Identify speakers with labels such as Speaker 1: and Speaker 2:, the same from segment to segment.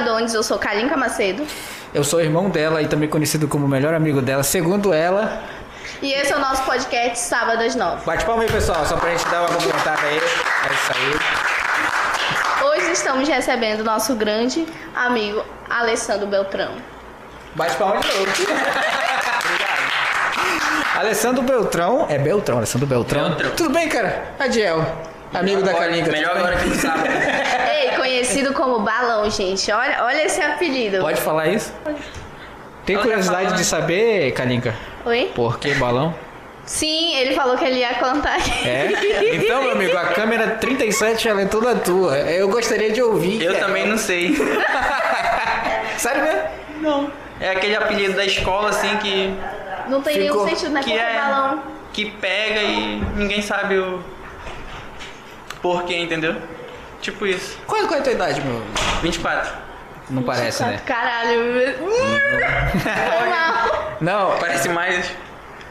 Speaker 1: Antunes, eu sou Kalinka Macedo.
Speaker 2: Eu sou irmão dela e também conhecido como o melhor amigo dela, segundo ela.
Speaker 1: E esse é o nosso podcast Sábado às 9.
Speaker 2: Bate palma aí, pessoal, só pra gente dar uma complementada aí. É isso aí.
Speaker 1: Hoje estamos recebendo o nosso grande amigo Alessandro Beltrão.
Speaker 2: Bate palma de novo. Alessandro Beltrão. É Beltrão, Alessandro Beltrão.
Speaker 3: Beltrão.
Speaker 2: Tudo bem, cara? Adiel. Amigo da
Speaker 3: Agora-
Speaker 2: Kalinka.
Speaker 3: Melhor
Speaker 2: tudo bem?
Speaker 3: agora que no sábado.
Speaker 1: Ei, conhecido como Balão, gente. Olha, olha esse apelido.
Speaker 2: Pode falar isso? Tem
Speaker 3: Olha,
Speaker 2: curiosidade
Speaker 3: tá falando.
Speaker 2: de saber, Kalinka?
Speaker 1: Oi?
Speaker 2: Por que balão?
Speaker 1: Sim, ele falou que ele ia contar.
Speaker 2: É? Então, meu amigo, a câmera 37 ela é toda tua. Eu gostaria de ouvir.
Speaker 3: Eu
Speaker 2: cara.
Speaker 3: também não sei.
Speaker 2: Sério mesmo?
Speaker 3: Não. É aquele apelido da escola, assim, que.
Speaker 1: Não tem
Speaker 2: Ficou.
Speaker 1: nenhum sentido, né?
Speaker 3: que
Speaker 1: Porque
Speaker 3: é.
Speaker 1: Balão.
Speaker 3: Que pega e ninguém sabe o. Porquê, entendeu? Tipo isso.
Speaker 2: Qual, qual é a tua idade, meu?
Speaker 3: 24.
Speaker 2: Não parece, né?
Speaker 1: Caralho. Foi mal.
Speaker 2: Não,
Speaker 3: Parece mais.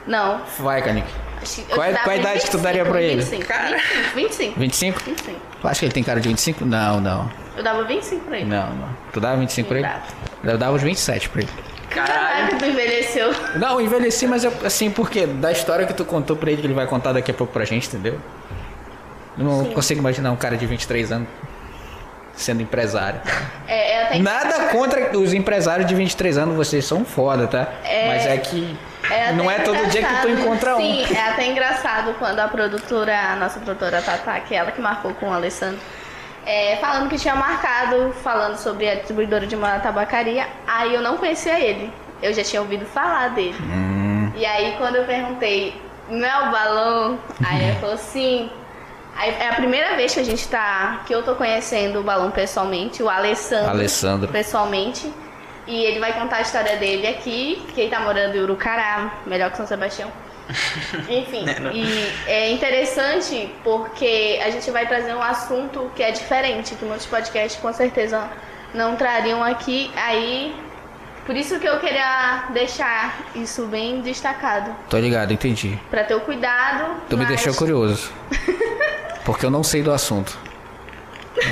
Speaker 1: Não.
Speaker 2: vai, Kalinka.
Speaker 1: acho que eu
Speaker 2: Qual é-
Speaker 1: dava
Speaker 2: qual a
Speaker 1: uns
Speaker 2: idade que tu daria pra ele?
Speaker 1: 25,
Speaker 3: Cara.
Speaker 1: 25, 25,
Speaker 2: 25?
Speaker 1: 25.
Speaker 2: Acho que ele tem cara de 25? Não, não.
Speaker 1: Eu dava 25 pra ele.
Speaker 2: Não, não. Tu dava 25 pra ele?
Speaker 1: Dava.
Speaker 2: Eu dava uns 27 pra ele.
Speaker 3: Caralho.
Speaker 1: tu envelheceu.
Speaker 2: Não, eu envelheci, mas é assim, porque da história que tu contou pra ele, que ele vai contar daqui a pouco pra gente, entendeu? Eu Não consigo imaginar um cara de 23 anos sendo empresário.
Speaker 1: É, é até
Speaker 2: Nada contra os empresários de 23 anos, vocês são foda, tá?
Speaker 1: É.
Speaker 2: Mas é que
Speaker 1: É até
Speaker 2: não é todo dia que tu
Speaker 1: engraçado.
Speaker 2: encontra um.
Speaker 1: Sim, é até engraçado quando a produtora, a nossa produtora Tatá, que é ela que marcou com o Alessandro, é, falando que tinha marcado, falando sobre a distribuidora de uma tabacaria, aí eu não conhecia ele. Eu já tinha ouvido falar dele.
Speaker 2: Hum.
Speaker 1: E aí quando eu perguntei, não é o balão? Aí ele falou sim. Aí é a primeira vez que a gente tá. que eu tô conhecendo o balão pessoalmente, o Alessandro.
Speaker 2: Alessandro.
Speaker 1: Pessoalmente. E ele vai contar a história dele aqui, que ele tá morando em Urucará, melhor que São Sebastião. Enfim,
Speaker 3: Né, não?
Speaker 1: e é interessante porque a gente vai trazer um assunto que é diferente, que muitos podcasts com certeza não trariam aqui. Aí, por isso que eu queria deixar isso bem destacado,
Speaker 2: Tô ligado, entendi.
Speaker 1: Pra ter o cuidado.
Speaker 2: Tu me
Speaker 1: mas-
Speaker 2: deixou curioso. Porque eu não sei do assunto.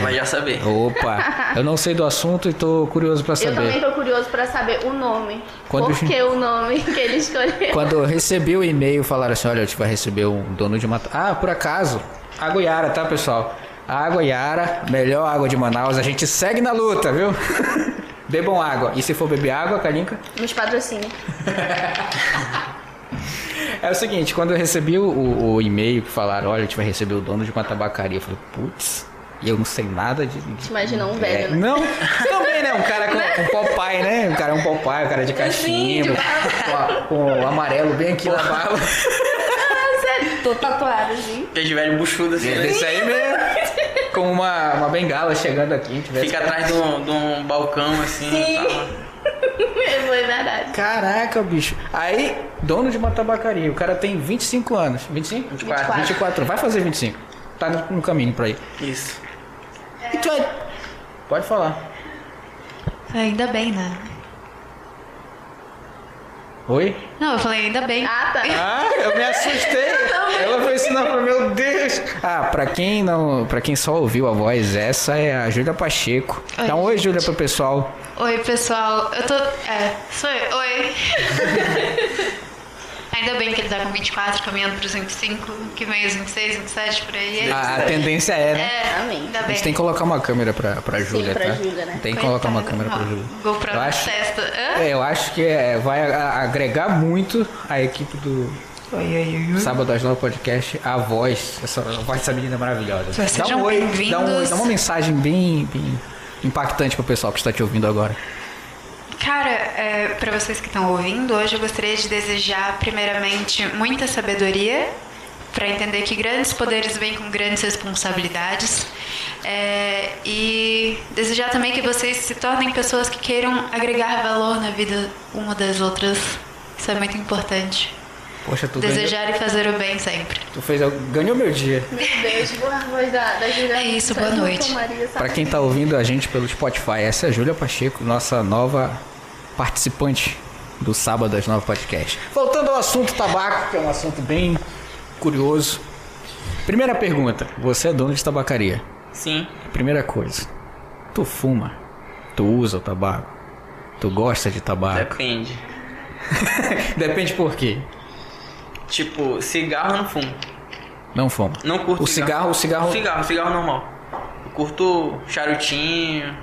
Speaker 3: Vai já saber.
Speaker 2: Opa, eu não sei do assunto e tô curioso pra
Speaker 1: Eu também
Speaker 2: saber.
Speaker 1: tô curioso pra saber o nome.
Speaker 2: Quando-
Speaker 1: Por que o nome que ele escolheu?
Speaker 2: Quando eu recebi o e-mail, falaram assim: olha, a gente vai receber um dono de uma. Ah, por acaso, Água Yara, tá, pessoal? Água Yara, melhor água de Manaus. A gente segue na luta, viu? Bebam água. E se for beber água, Kalinka?
Speaker 1: Nos patrocina.
Speaker 2: É o seguinte, quando eu recebi o, o- o e-mail que falaram, olha, a gente vai receber o dono de uma tabacaria, eu falei, putz, e eu não sei nada de. de-
Speaker 1: Imagina um
Speaker 2: é,
Speaker 1: velho, né?
Speaker 2: Não, também, né? Um cara com um Popeye, né? Um cara é um Popeye, um cara de cachimbo, com, a- com o amarelo bem aqui na barba.
Speaker 1: Tô tatuada, assim.
Speaker 3: Porque de velho buchudo assim, né?
Speaker 2: É Desse aí mesmo. Com uma, uma bengala chegando aqui, tivesse.
Speaker 3: Fica atrás de um, de um balcão assim
Speaker 1: Sim.
Speaker 3: e tal.
Speaker 1: Foi É verdade.
Speaker 2: Caraca, bicho. Aí, dono de uma tabacaria, o cara tem 25 anos. 25?
Speaker 3: 24.
Speaker 2: 24, vai fazer 25. Tá no, no caminho pra aí.
Speaker 3: Isso.
Speaker 2: E tu é... Pode falar.
Speaker 4: Ainda bem, né?
Speaker 2: Oi?
Speaker 4: Não, eu falei ainda bem.
Speaker 1: Ah, tá.
Speaker 2: Ah, eu me assustei. Ela foi ensinar pra meu Deus. Ah, pra quem não, para quem só ouviu a voz, essa é a Júlia Pacheco.
Speaker 4: Oi,
Speaker 2: então, oi,
Speaker 4: gente.
Speaker 2: Júlia pro pessoal.
Speaker 4: Oi, pessoal. Eu tô. É, sou eu. Oi. ainda bem que ele tá com 24, caminhando pros 25, que vem os 26, 27 por aí.
Speaker 2: A, a tendência é, né?
Speaker 4: É,
Speaker 1: Amém.
Speaker 4: ainda
Speaker 2: A
Speaker 4: bem.
Speaker 2: gente tem que colocar uma câmera pra, pra Júlia,
Speaker 1: pra
Speaker 2: tá?
Speaker 1: Júlia, né?
Speaker 2: Tem que colocar uma
Speaker 4: Coitado,
Speaker 2: câmera pra
Speaker 4: não.
Speaker 2: Júlia.
Speaker 4: GoPro
Speaker 2: Eu
Speaker 4: na
Speaker 2: acho-
Speaker 4: testa. Hã?
Speaker 2: É, eu acho que é, vai a- agregar muito a equipe do Sábado às 9 Podcast, a voz, essa a voz dessa menina maravilhosa.
Speaker 4: Vocês
Speaker 2: dá um
Speaker 4: sejam
Speaker 2: oi, dá um oi,
Speaker 4: bem-vindos.
Speaker 2: dá uma mensagem bem, bem impactante pro pessoal que está te ouvindo agora.
Speaker 4: Cara, é, para vocês que estão ouvindo, hoje eu gostaria de desejar, primeiramente, muita sabedoria para entender que grandes poderes vêm com grandes responsabilidades. É, e desejar também que vocês se tornem pessoas que queiram agregar valor na vida uma das outras. Isso é muito importante.
Speaker 2: Poxa, tu ganhou,
Speaker 4: desejar e fazer o bem sempre.
Speaker 2: tu fez, ganhou meu dia.
Speaker 1: Meu Deus, boa voz da, da Júlia.
Speaker 4: É isso, boa
Speaker 1: Eu
Speaker 4: noite.
Speaker 1: tomaria essa-
Speaker 2: Pra quem tá ouvindo a gente pelo Spotify, essa é a Júlia Pacheco, nossa nova participante do Sábado às 9 Podcast. Voltando ao assunto tabaco, que é um assunto bem curioso. Primeira pergunta, você é dono de tabacaria.
Speaker 3: Sim.
Speaker 2: Primeira coisa, tu fuma? Tu usa o tabaco? Tu gosta de tabaco?
Speaker 3: Depende.
Speaker 2: Depende por quê.
Speaker 3: Tipo, cigarro eu não fumo.
Speaker 2: Não fumo.
Speaker 3: Não curto
Speaker 2: o cigarro. O cigarro,
Speaker 3: Cigarro, cigarro normal. Eu curto charutinho.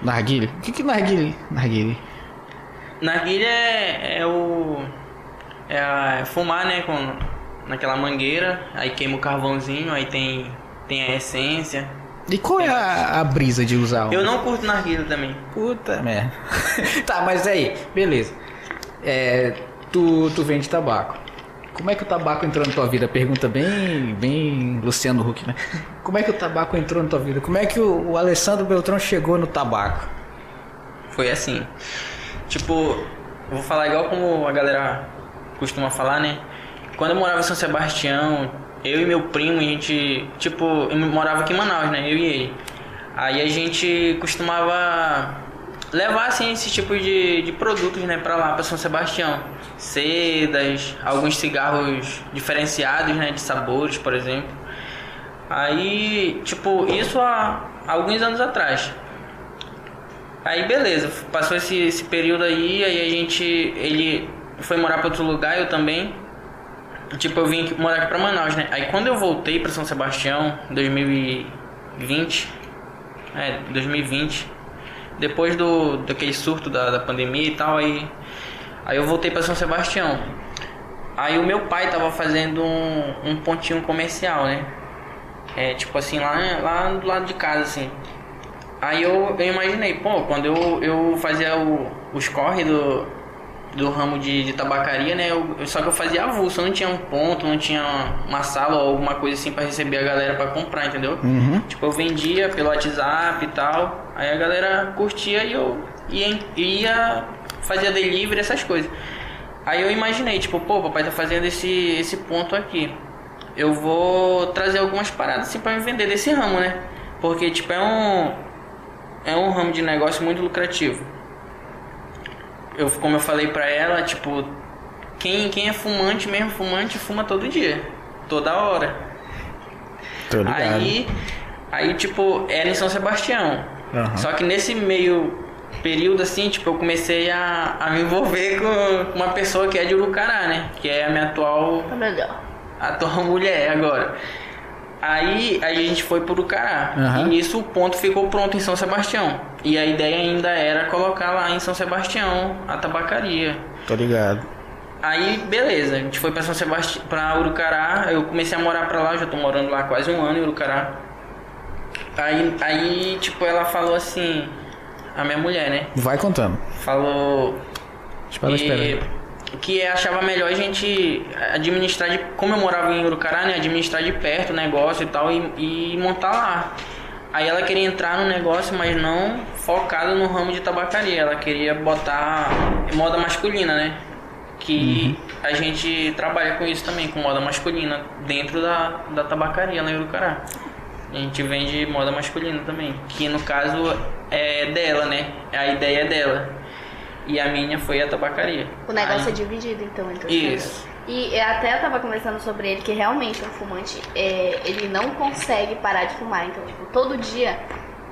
Speaker 2: narguile. O que que narguile? Narguile.
Speaker 3: Narguilha é, é o. É a- fumar, né? Com, naquela mangueira. Aí queima o carvãozinho, aí tem, tem a essência.
Speaker 2: E qual é a, a brisa de usar? um-
Speaker 3: Eu não curto narguilha também.
Speaker 2: Puta merda. É. tá, mas aí, beleza. É, tu, tu vende tabaco. Como é que o tabaco entrou na tua vida? Pergunta bem, bem Luciano Huck, né? Como é que o tabaco entrou na tua vida? Como é que o, o Alessandro Beltrão chegou no tabaco?
Speaker 3: Foi assim. Tipo, eu vou falar igual como a galera costuma falar, né? Quando eu morava em São Sebastião, eu e meu primo, a gente, tipo, eu morava aqui em Manaus, né? Eu e ele. Aí a gente costumava levar assim esse tipo de, de produtos, né, pra lá, pra São Sebastião. Sedas, alguns cigarros diferenciados, né, de sabores, por exemplo. Aí, tipo, isso há alguns anos atrás. Aí beleza, passou esse, esse período aí, aí a gente. Ele foi morar pra outro lugar, eu também. Tipo, eu vim aqui- morar aqui pra Manaus, né? Aí quando eu voltei pra São Sebastião, 2020. É, 2020. Depois do daquele surto da, da pandemia e tal, aí. Aí eu voltei pra São Sebastião. Aí o meu pai tava fazendo um, um pontinho comercial, né? É, tipo assim, lá, lá do lado de casa, assim. Aí eu, eu imaginei, pô, quando eu, eu fazia o, os corre do, do ramo de, de tabacaria, né? eu- eu- só que eu fazia avulso, eu não tinha um ponto, não tinha uma sala ou alguma coisa assim pra receber a galera pra comprar, entendeu?
Speaker 2: Hum. Uhum.
Speaker 3: Tipo, eu vendia pelo WhatsApp e tal, aí a galera curtia e eu ia, ia fazia delivery, essas coisas. Aí eu imaginei, tipo, pô, o papai tá fazendo esse, esse ponto aqui. Eu vou trazer algumas paradas assim pra me vender desse ramo, né? Porque, tipo, é um é um ramo de negócio muito lucrativo. Eu, como eu falei pra ela, tipo, quem, quem é fumante mesmo, fumante fuma todo dia, toda hora.
Speaker 2: Tô
Speaker 3: Aí, aí, tipo, era em São Sebastião.
Speaker 2: Aham.
Speaker 3: Só que nesse meio período, assim, tipo, eu comecei a, a me envolver com uma pessoa que é de Urucará, né? Que é a minha atual
Speaker 1: Tá melhor.
Speaker 3: a tua mulher agora. Aí, aí a gente foi pro Urucará.
Speaker 2: Aham.
Speaker 3: E nisso o ponto ficou pronto em São Sebastião. E a ideia ainda era colocar lá em São Sebastião a tabacaria.
Speaker 2: Tô ligado.
Speaker 3: Aí, beleza, a gente foi pra São Sebastião, pra Urucará. Eu comecei a morar pra lá, já tô morando lá quase um ano em Urucará. Aí, aí tipo, ela falou assim, a minha mulher, né?
Speaker 2: Vai contando.
Speaker 3: Falou,
Speaker 2: Espera,
Speaker 3: e
Speaker 2: espera.
Speaker 3: que achava melhor a gente administrar, de, como eu morava em Urucará, né, administrar de perto o negócio e tal e, e montar lá. Aí ela queria entrar no negócio, mas não focada no ramo de tabacaria. Ela queria botar moda masculina, né? Que a gente trabalha com isso também, com moda masculina, dentro da, da tabacaria lá em Urucará. A gente vende moda masculina também, que no caso é dela, né? A ideia é dela. E a minha foi a tabacaria.
Speaker 1: O negócio é
Speaker 3: Aí-
Speaker 1: dividido, então, entre os
Speaker 3: Isso.
Speaker 1: caras. E eu até tava conversando sobre ele, que realmente o fumante, é, ele não consegue parar de fumar. Então, tipo, todo dia,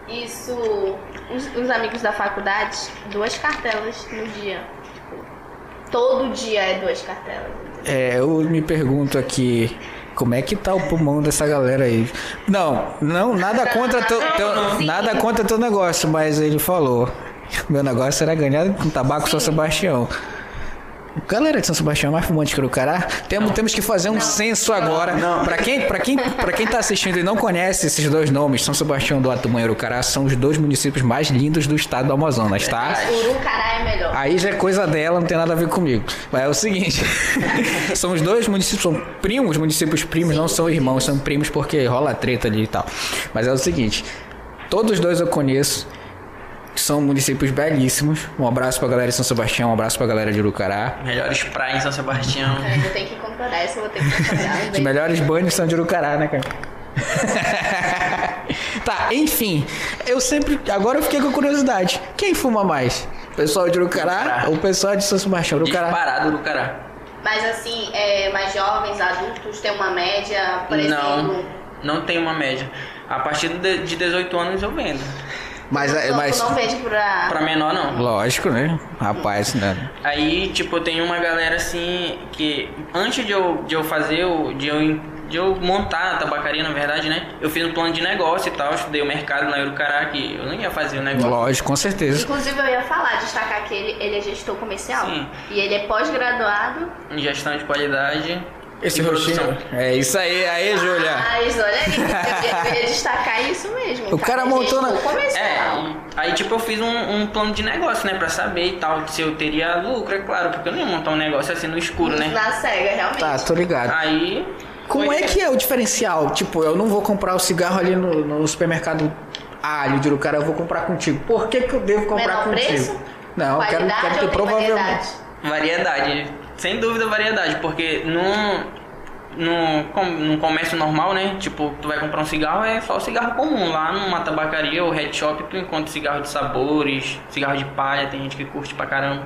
Speaker 1: isso... Os, os amigos da faculdade, duas cartelas no dia. Tipo, todo dia é duas cartelas.
Speaker 2: É, eu me pergunto aqui. Como é que tá o pulmão dessa galera aí? Não, não, nada contra teu, teu-
Speaker 1: Sim.
Speaker 2: nada contra teu negócio, mas ele falou. Meu negócio era ganhar com tabaco São Sebastião. Galera de São Sebastião, é mais fumante que o Cará, temos, temos que fazer um censo agora. Pra quem, para quem, para quem tá assistindo e não conhece esses dois nomes, São Sebastião do Atumã e Urucará são os dois municípios mais lindos do estado do Amazonas, tá?
Speaker 1: Urucará é melhor.
Speaker 2: Aí já é coisa dela, não tem nada a ver comigo. Mas é o seguinte: são os dois municípios, são primos, municípios primos, não são irmãos, são primos porque rola treta ali e tal. Mas é o seguinte: todos dois eu conheço, são municípios belíssimos. Um abraço pra galera de São Sebastião, um abraço pra galera de Urucará.
Speaker 1: é
Speaker 3: Melhores praias em São Sebastião.
Speaker 1: Eu vou ter que comparar, isso eu vou ter que Um
Speaker 2: Os
Speaker 1: comparar.
Speaker 2: melhores banhos são de Urucará, né, cara? tá, enfim. Eu sempre. Agora eu fiquei com curiosidade. Quem fuma mais? O pessoal de Urucará ou o pessoal de São Sebastião? Urucará.
Speaker 3: Disparado Urucará.
Speaker 1: Mas assim, é, mais jovens, adultos, tem uma média, por exemplo...
Speaker 3: Não, não tem uma média. A partir de de 18 anos eu vendo.
Speaker 2: Mas,
Speaker 1: Não,
Speaker 2: É, mas
Speaker 1: não vende pra...
Speaker 3: Pra menor, não.
Speaker 2: lógico, né? Rapaz, né?
Speaker 3: Aí, tipo, tem uma galera assim que antes de eu, de eu fazer, o- de eu, de eu montar a tabacaria, na verdade, né? Eu fiz um plano de negócio e tal, estudei o mercado na Eurocará, que eu não ia fazer o negócio.
Speaker 2: Lógico, com certeza.
Speaker 1: Inclusive, eu ia falar, destacar que ele, ele é gestor comercial.
Speaker 3: Sim.
Speaker 1: E ele é pós-graduado.
Speaker 3: Em Gestão de qualidade e produção.
Speaker 2: É isso aí, aí, Júlia.
Speaker 1: Mas olha aí, eu ia- eu ia destacar isso mesmo.
Speaker 2: O cara montou na-
Speaker 1: gestor
Speaker 3: É,
Speaker 1: comercial.
Speaker 3: e- aí tipo eu fiz um, um plano de negócio, né? Pra saber e tal, se eu teria lucro, é claro, porque eu não ia montar um negócio assim no escuro, né?
Speaker 1: Na cega, realmente.
Speaker 2: Tá, tô ligado.
Speaker 3: Aí.
Speaker 2: Como
Speaker 3: foi-
Speaker 2: é que é o diferencial? Tipo, eu não vou comprar o cigarro ali no, no supermercado alho de cara, eu vou comprar contigo. Por que, que eu devo comprar
Speaker 1: Menor
Speaker 2: contigo?
Speaker 1: preço?
Speaker 2: Não, eu quero,
Speaker 1: Qualidade
Speaker 2: quero
Speaker 1: ou
Speaker 2: ter
Speaker 1: tem
Speaker 2: provavelmente.
Speaker 1: variedade?
Speaker 3: Variedade, sem dúvida variedade, porque num, num, com- num comércio normal, né? Tipo, tu vai comprar um cigarro, é só o cigarro comum. Lá numa tabacaria ou head shop, tu encontra cigarro de sabores, cigarro de palha, tem gente que curte pra caramba.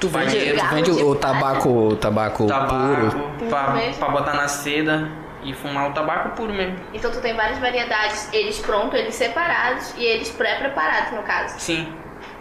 Speaker 2: Tu vende,
Speaker 3: Maneiro.
Speaker 2: tu vende o, o tabaco, o tabaco,
Speaker 3: Tabaco,
Speaker 2: puro.
Speaker 3: pra,
Speaker 1: mesmo?
Speaker 3: pra botar na seda e fumar o tabaco puro mesmo.
Speaker 1: Então tu tem várias variedades, eles prontos, eles separados e eles pré-preparados, no caso.
Speaker 3: Sim.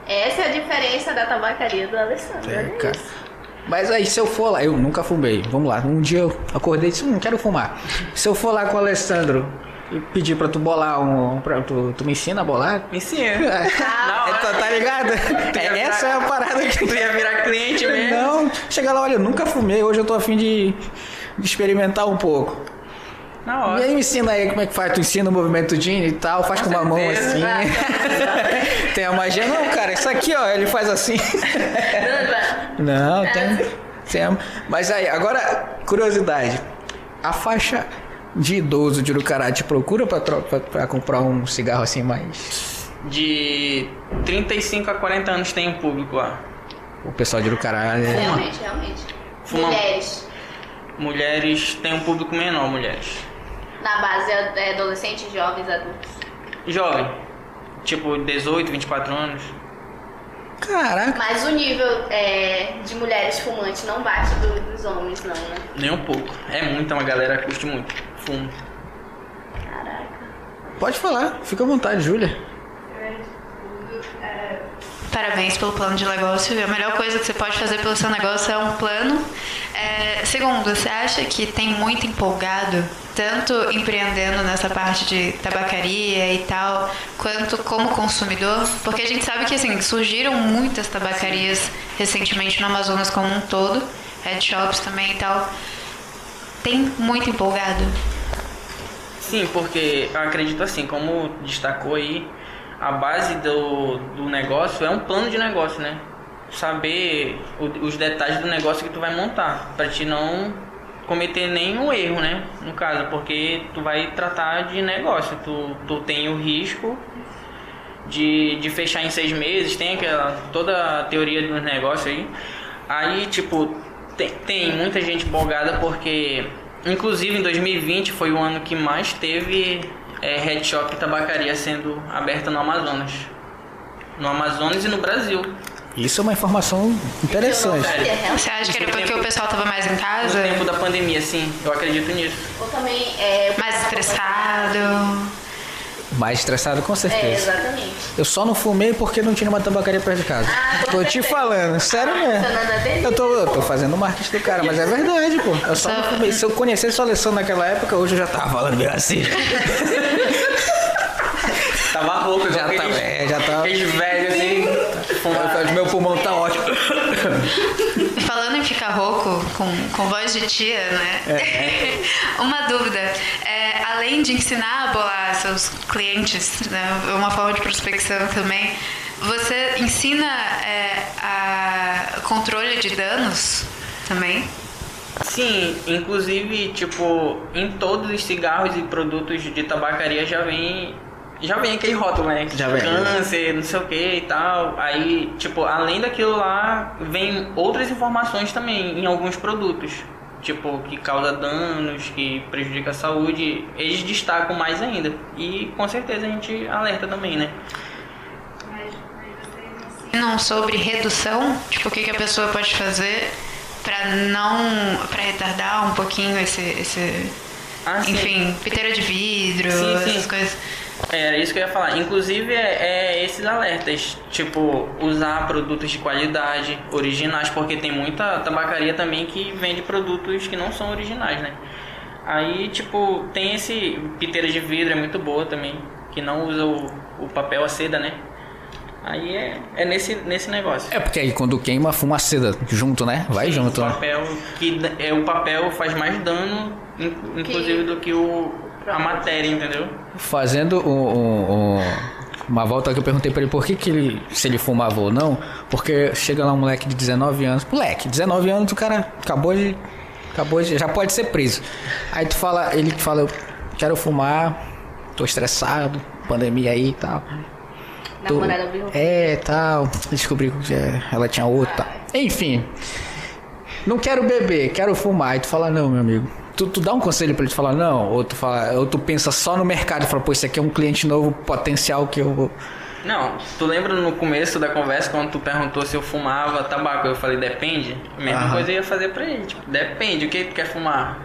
Speaker 1: Essa é a diferença da tabacaria do Alessandro.
Speaker 2: É,
Speaker 1: olha
Speaker 2: cara.
Speaker 1: isso.
Speaker 2: Mas aí, se eu for lá, eu nunca fumei. Vamos lá, um dia eu acordei e disse: não quero fumar. Se eu for lá com o Alessandro e pedir pra tu bolar um. Pra, tu, tu me ensina a bolar?
Speaker 3: Me ensina.
Speaker 1: Ah,
Speaker 2: É, tá, tá ligado? É, essa é a parada que.
Speaker 3: Tu ia virar cliente mesmo.
Speaker 2: Não, chega lá, olha, eu nunca fumei, hoje eu tô afim de, de experimentar um pouco.
Speaker 3: Na
Speaker 2: E
Speaker 3: hora.
Speaker 2: aí me ensina aí como é que faz, tu ensina o movimento Jean e tal, faz com, uma mão assim.
Speaker 3: certeza.
Speaker 2: tem a magia, não, cara, isso aqui, ó, ele faz assim. Não, tem, tem. a- Mas aí, agora, curiosidade. A faixa de idoso de Urucará te procura pra, tro- pra, pra comprar um cigarro assim mais.
Speaker 3: De 35 a 40 anos tem um público lá.
Speaker 2: O pessoal de Urucará é. um-
Speaker 1: realmente, realmente.
Speaker 3: Fuma.
Speaker 1: Mulheres.
Speaker 3: Mulheres tem um público menor, mulheres.
Speaker 1: Na base é adolescentes, jovens, adultos.
Speaker 3: Jovem. Tipo, 18, 24 anos.
Speaker 2: Caraca,
Speaker 1: Mas o nível é, de mulheres fumantes não bate do- dos homens, não, né?
Speaker 3: Nem um pouco. É muito, uma galera curte muito. Fumo.
Speaker 1: Caraca.
Speaker 2: pode falar, fica à vontade, Júlia.
Speaker 4: Parabéns pelo plano de negócio. A melhor coisa que você pode fazer pelo seu negócio é um plano. É, segundo, você acha que tem muito empolgado, tanto empreendendo nessa parte de tabacaria e tal, quanto como consumidor? Porque a gente sabe que assim, surgiram muitas tabacarias recentemente no Amazonas como um todo, head shops também e tal. Tem muito empolgado?
Speaker 3: Sim, porque eu acredito assim, como destacou aí, a base do, do negócio é um plano de negócio, né? Saber o- os detalhes do negócio que tu vai montar, pra te não cometer nenhum erro, né? No caso, porque tu vai tratar de negócio, tu, tu tem o risco de, de fechar em seis meses, tem aquela toda a teoria dos negócios aí. Aí, tipo, tem, tem muita gente bogada porque, inclusive em 2020 foi o ano que mais teve é, head shop e tabacaria sendo aberta no Amazonas. No Amazonas e no Brasil.
Speaker 2: Isso é uma informação interessante.
Speaker 1: Eu não sabia, é realmente.
Speaker 4: Você acha que era
Speaker 3: Isso
Speaker 4: porque
Speaker 3: tem-
Speaker 4: o pessoal tava mais em
Speaker 3: No
Speaker 4: casa?
Speaker 3: tempo da pandemia, sim, eu acredito nisso.
Speaker 1: Ou também é.
Speaker 4: Mais estressado?
Speaker 2: Mais estressado, com
Speaker 1: É,
Speaker 2: certeza.
Speaker 1: exatamente.
Speaker 2: Eu só não fumei porque não tinha uma tabacaria perto de casa.
Speaker 1: Ah, com
Speaker 2: tô te
Speaker 1: certeza.
Speaker 2: falando, sério mesmo.
Speaker 1: Tá nada dele?
Speaker 2: Eu tô, eu tô fazendo marketing do cara, mas é verdade, pô. Eu só não fumei. Se eu conhecesse o Alessandro naquela época, hoje eu já tava falando bem assim.
Speaker 3: Tava rouco,
Speaker 2: Já tava, é, já tava.
Speaker 3: Aqueles velhos assim, fumando.
Speaker 2: Meu pulmão tá ótimo.
Speaker 4: Falando em ficar rouco, com, com voz de tia, né? uma dúvida. É, além de ensinar a bolar seus clientes, né, uma forma de prospecção também, você ensina é, a controle de danos também?
Speaker 3: Sim, inclusive, tipo, em todos os cigarros e produtos de tabacaria já vem. Já vem aquele rótulo, né?
Speaker 2: Já vem.
Speaker 3: Câncer, não sei o que e tal. Aí, tipo, além daquilo lá, vem outras informações também em alguns produtos. Tipo, que causa danos, que prejudica a saúde. Eles destacam mais ainda. E com certeza a gente alerta também, né?
Speaker 4: Não sobre redução, tipo o que, que a pessoa pode fazer para não, para retardar um pouquinho esse, esse
Speaker 3: Ah, sim.
Speaker 4: enfim, piteira de vidro,
Speaker 3: Sim, sim.
Speaker 4: essas coisas.
Speaker 3: É, Era isso que eu ia falar. Inclusive, é, é esses alertas. Tipo, usar produtos de qualidade, originais, porque tem muita tabacaria também que vende produtos que não são originais, né? Aí, tipo, tem esse piteira de vidro, é muito boa também, que não usa o, o papel, a seda, né? Aí é, é nesse, nesse negócio.
Speaker 2: É porque aí quando queima, fuma a seda junto, né? Vai junto,
Speaker 3: O
Speaker 2: né?
Speaker 3: papel, que, da- é, o papel faz mais dano, in- inclusive, do que o, a matéria, entendeu?
Speaker 2: Fazendo um- um- um- uma volta que eu perguntei pra ele por que, que ele, se ele fumava ou não, porque chega lá um moleque de 19 anos, moleque, 19 anos o cara acabou de. acabou de. já pode ser preso. Aí tu fala, ele fala, eu quero fumar, tô estressado, pandemia aí e tal. Tô-
Speaker 1: Namorada um virou.
Speaker 2: É, tal. Descobri que é, ela tinha outra. Enfim. Não quero beber, quero fumar. E tu fala, não, meu amigo. Tu, tu dá um conselho pra ele, tu fala, não. Ou tu, fala, ou tu pensa só no mercado. Fala, pô, isso aqui é um cliente novo, potencial que eu vou...
Speaker 3: Não, tu lembra no começo da conversa quando tu perguntou se eu fumava tabaco? Eu falei, depende. A mesma
Speaker 2: Aham.
Speaker 3: coisa eu ia fazer pra ele. Tipo, depende, o que tu quer fumar?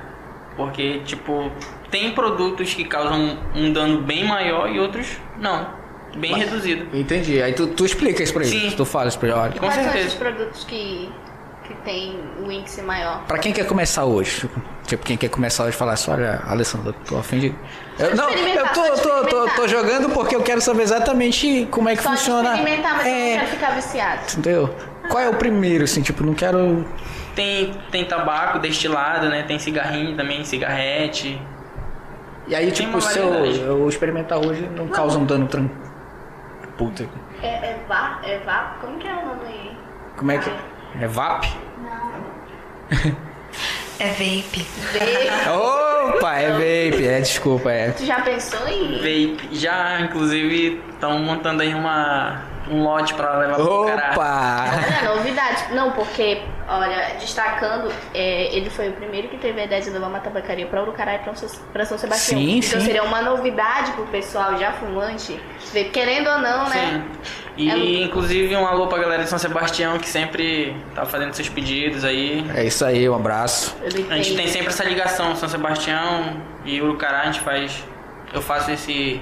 Speaker 3: Porque, tipo, tem produtos que causam um dano bem maior e outros não. Bem reduzido.
Speaker 2: Entendi. Aí tu, tu explica isso pra ele.
Speaker 3: Sim.
Speaker 2: Tu fala isso pra ele, olha.
Speaker 1: E
Speaker 3: Com
Speaker 1: quais são
Speaker 3: certeza.
Speaker 1: esses produtos que, que tem o índice maior?
Speaker 2: Pra quem quer começar hoje, tipo, tipo, quem quer começar hoje falar assim, olha, Alessandro, eu tô ofendido. Eu, não, eu
Speaker 1: experimentar,
Speaker 2: tô,
Speaker 1: só
Speaker 2: eu tô, tô,
Speaker 1: experimentar.
Speaker 2: tô jogando porque eu quero saber exatamente como é que
Speaker 1: Só de
Speaker 2: funciona.
Speaker 1: experimentar, mas eu
Speaker 2: é,
Speaker 1: não quero ficar viciado.
Speaker 2: Entendeu? Qual é o primeiro, assim, tipo, não quero.
Speaker 3: Tem, tem tabaco destilado, né? Tem cigarrinho também, cigarrete.
Speaker 2: E aí,
Speaker 3: Tem
Speaker 2: tipo,
Speaker 3: uma
Speaker 2: se eu,
Speaker 3: variedade.
Speaker 2: eu experimentar hoje, não, causa um dano tran. Puta.
Speaker 1: É, é vá, é vá, como que é o nome?
Speaker 2: Como é que. É VAP?
Speaker 4: É vape.
Speaker 1: Vape.
Speaker 2: Opa, é vape, é desculpa, é.
Speaker 1: Tu já pensou em
Speaker 3: Vape. Já, inclusive, estão montando aí uma, um lote pra levar pro caralho.
Speaker 2: Opa!
Speaker 1: Olha, novidade. Não, porque, olha, destacando, é, ele foi o primeiro que teve a ideia de levar uma tabacaria pra Urucará e pra São- pra São Sebastião.
Speaker 2: Sim,
Speaker 1: então
Speaker 2: sim.
Speaker 1: seria uma novidade pro pessoal já fumante, ver, querendo ou não,
Speaker 3: Sim.
Speaker 1: né?
Speaker 3: E
Speaker 1: É lu-
Speaker 3: inclusive um alô pra galera de São Sebastião que sempre tá fazendo seus pedidos aí.
Speaker 2: É isso aí, um abraço.
Speaker 1: Ele
Speaker 3: A gente tem sempre essa ligação, São Sebastião e Urucará, a gente faz. Eu faço esse.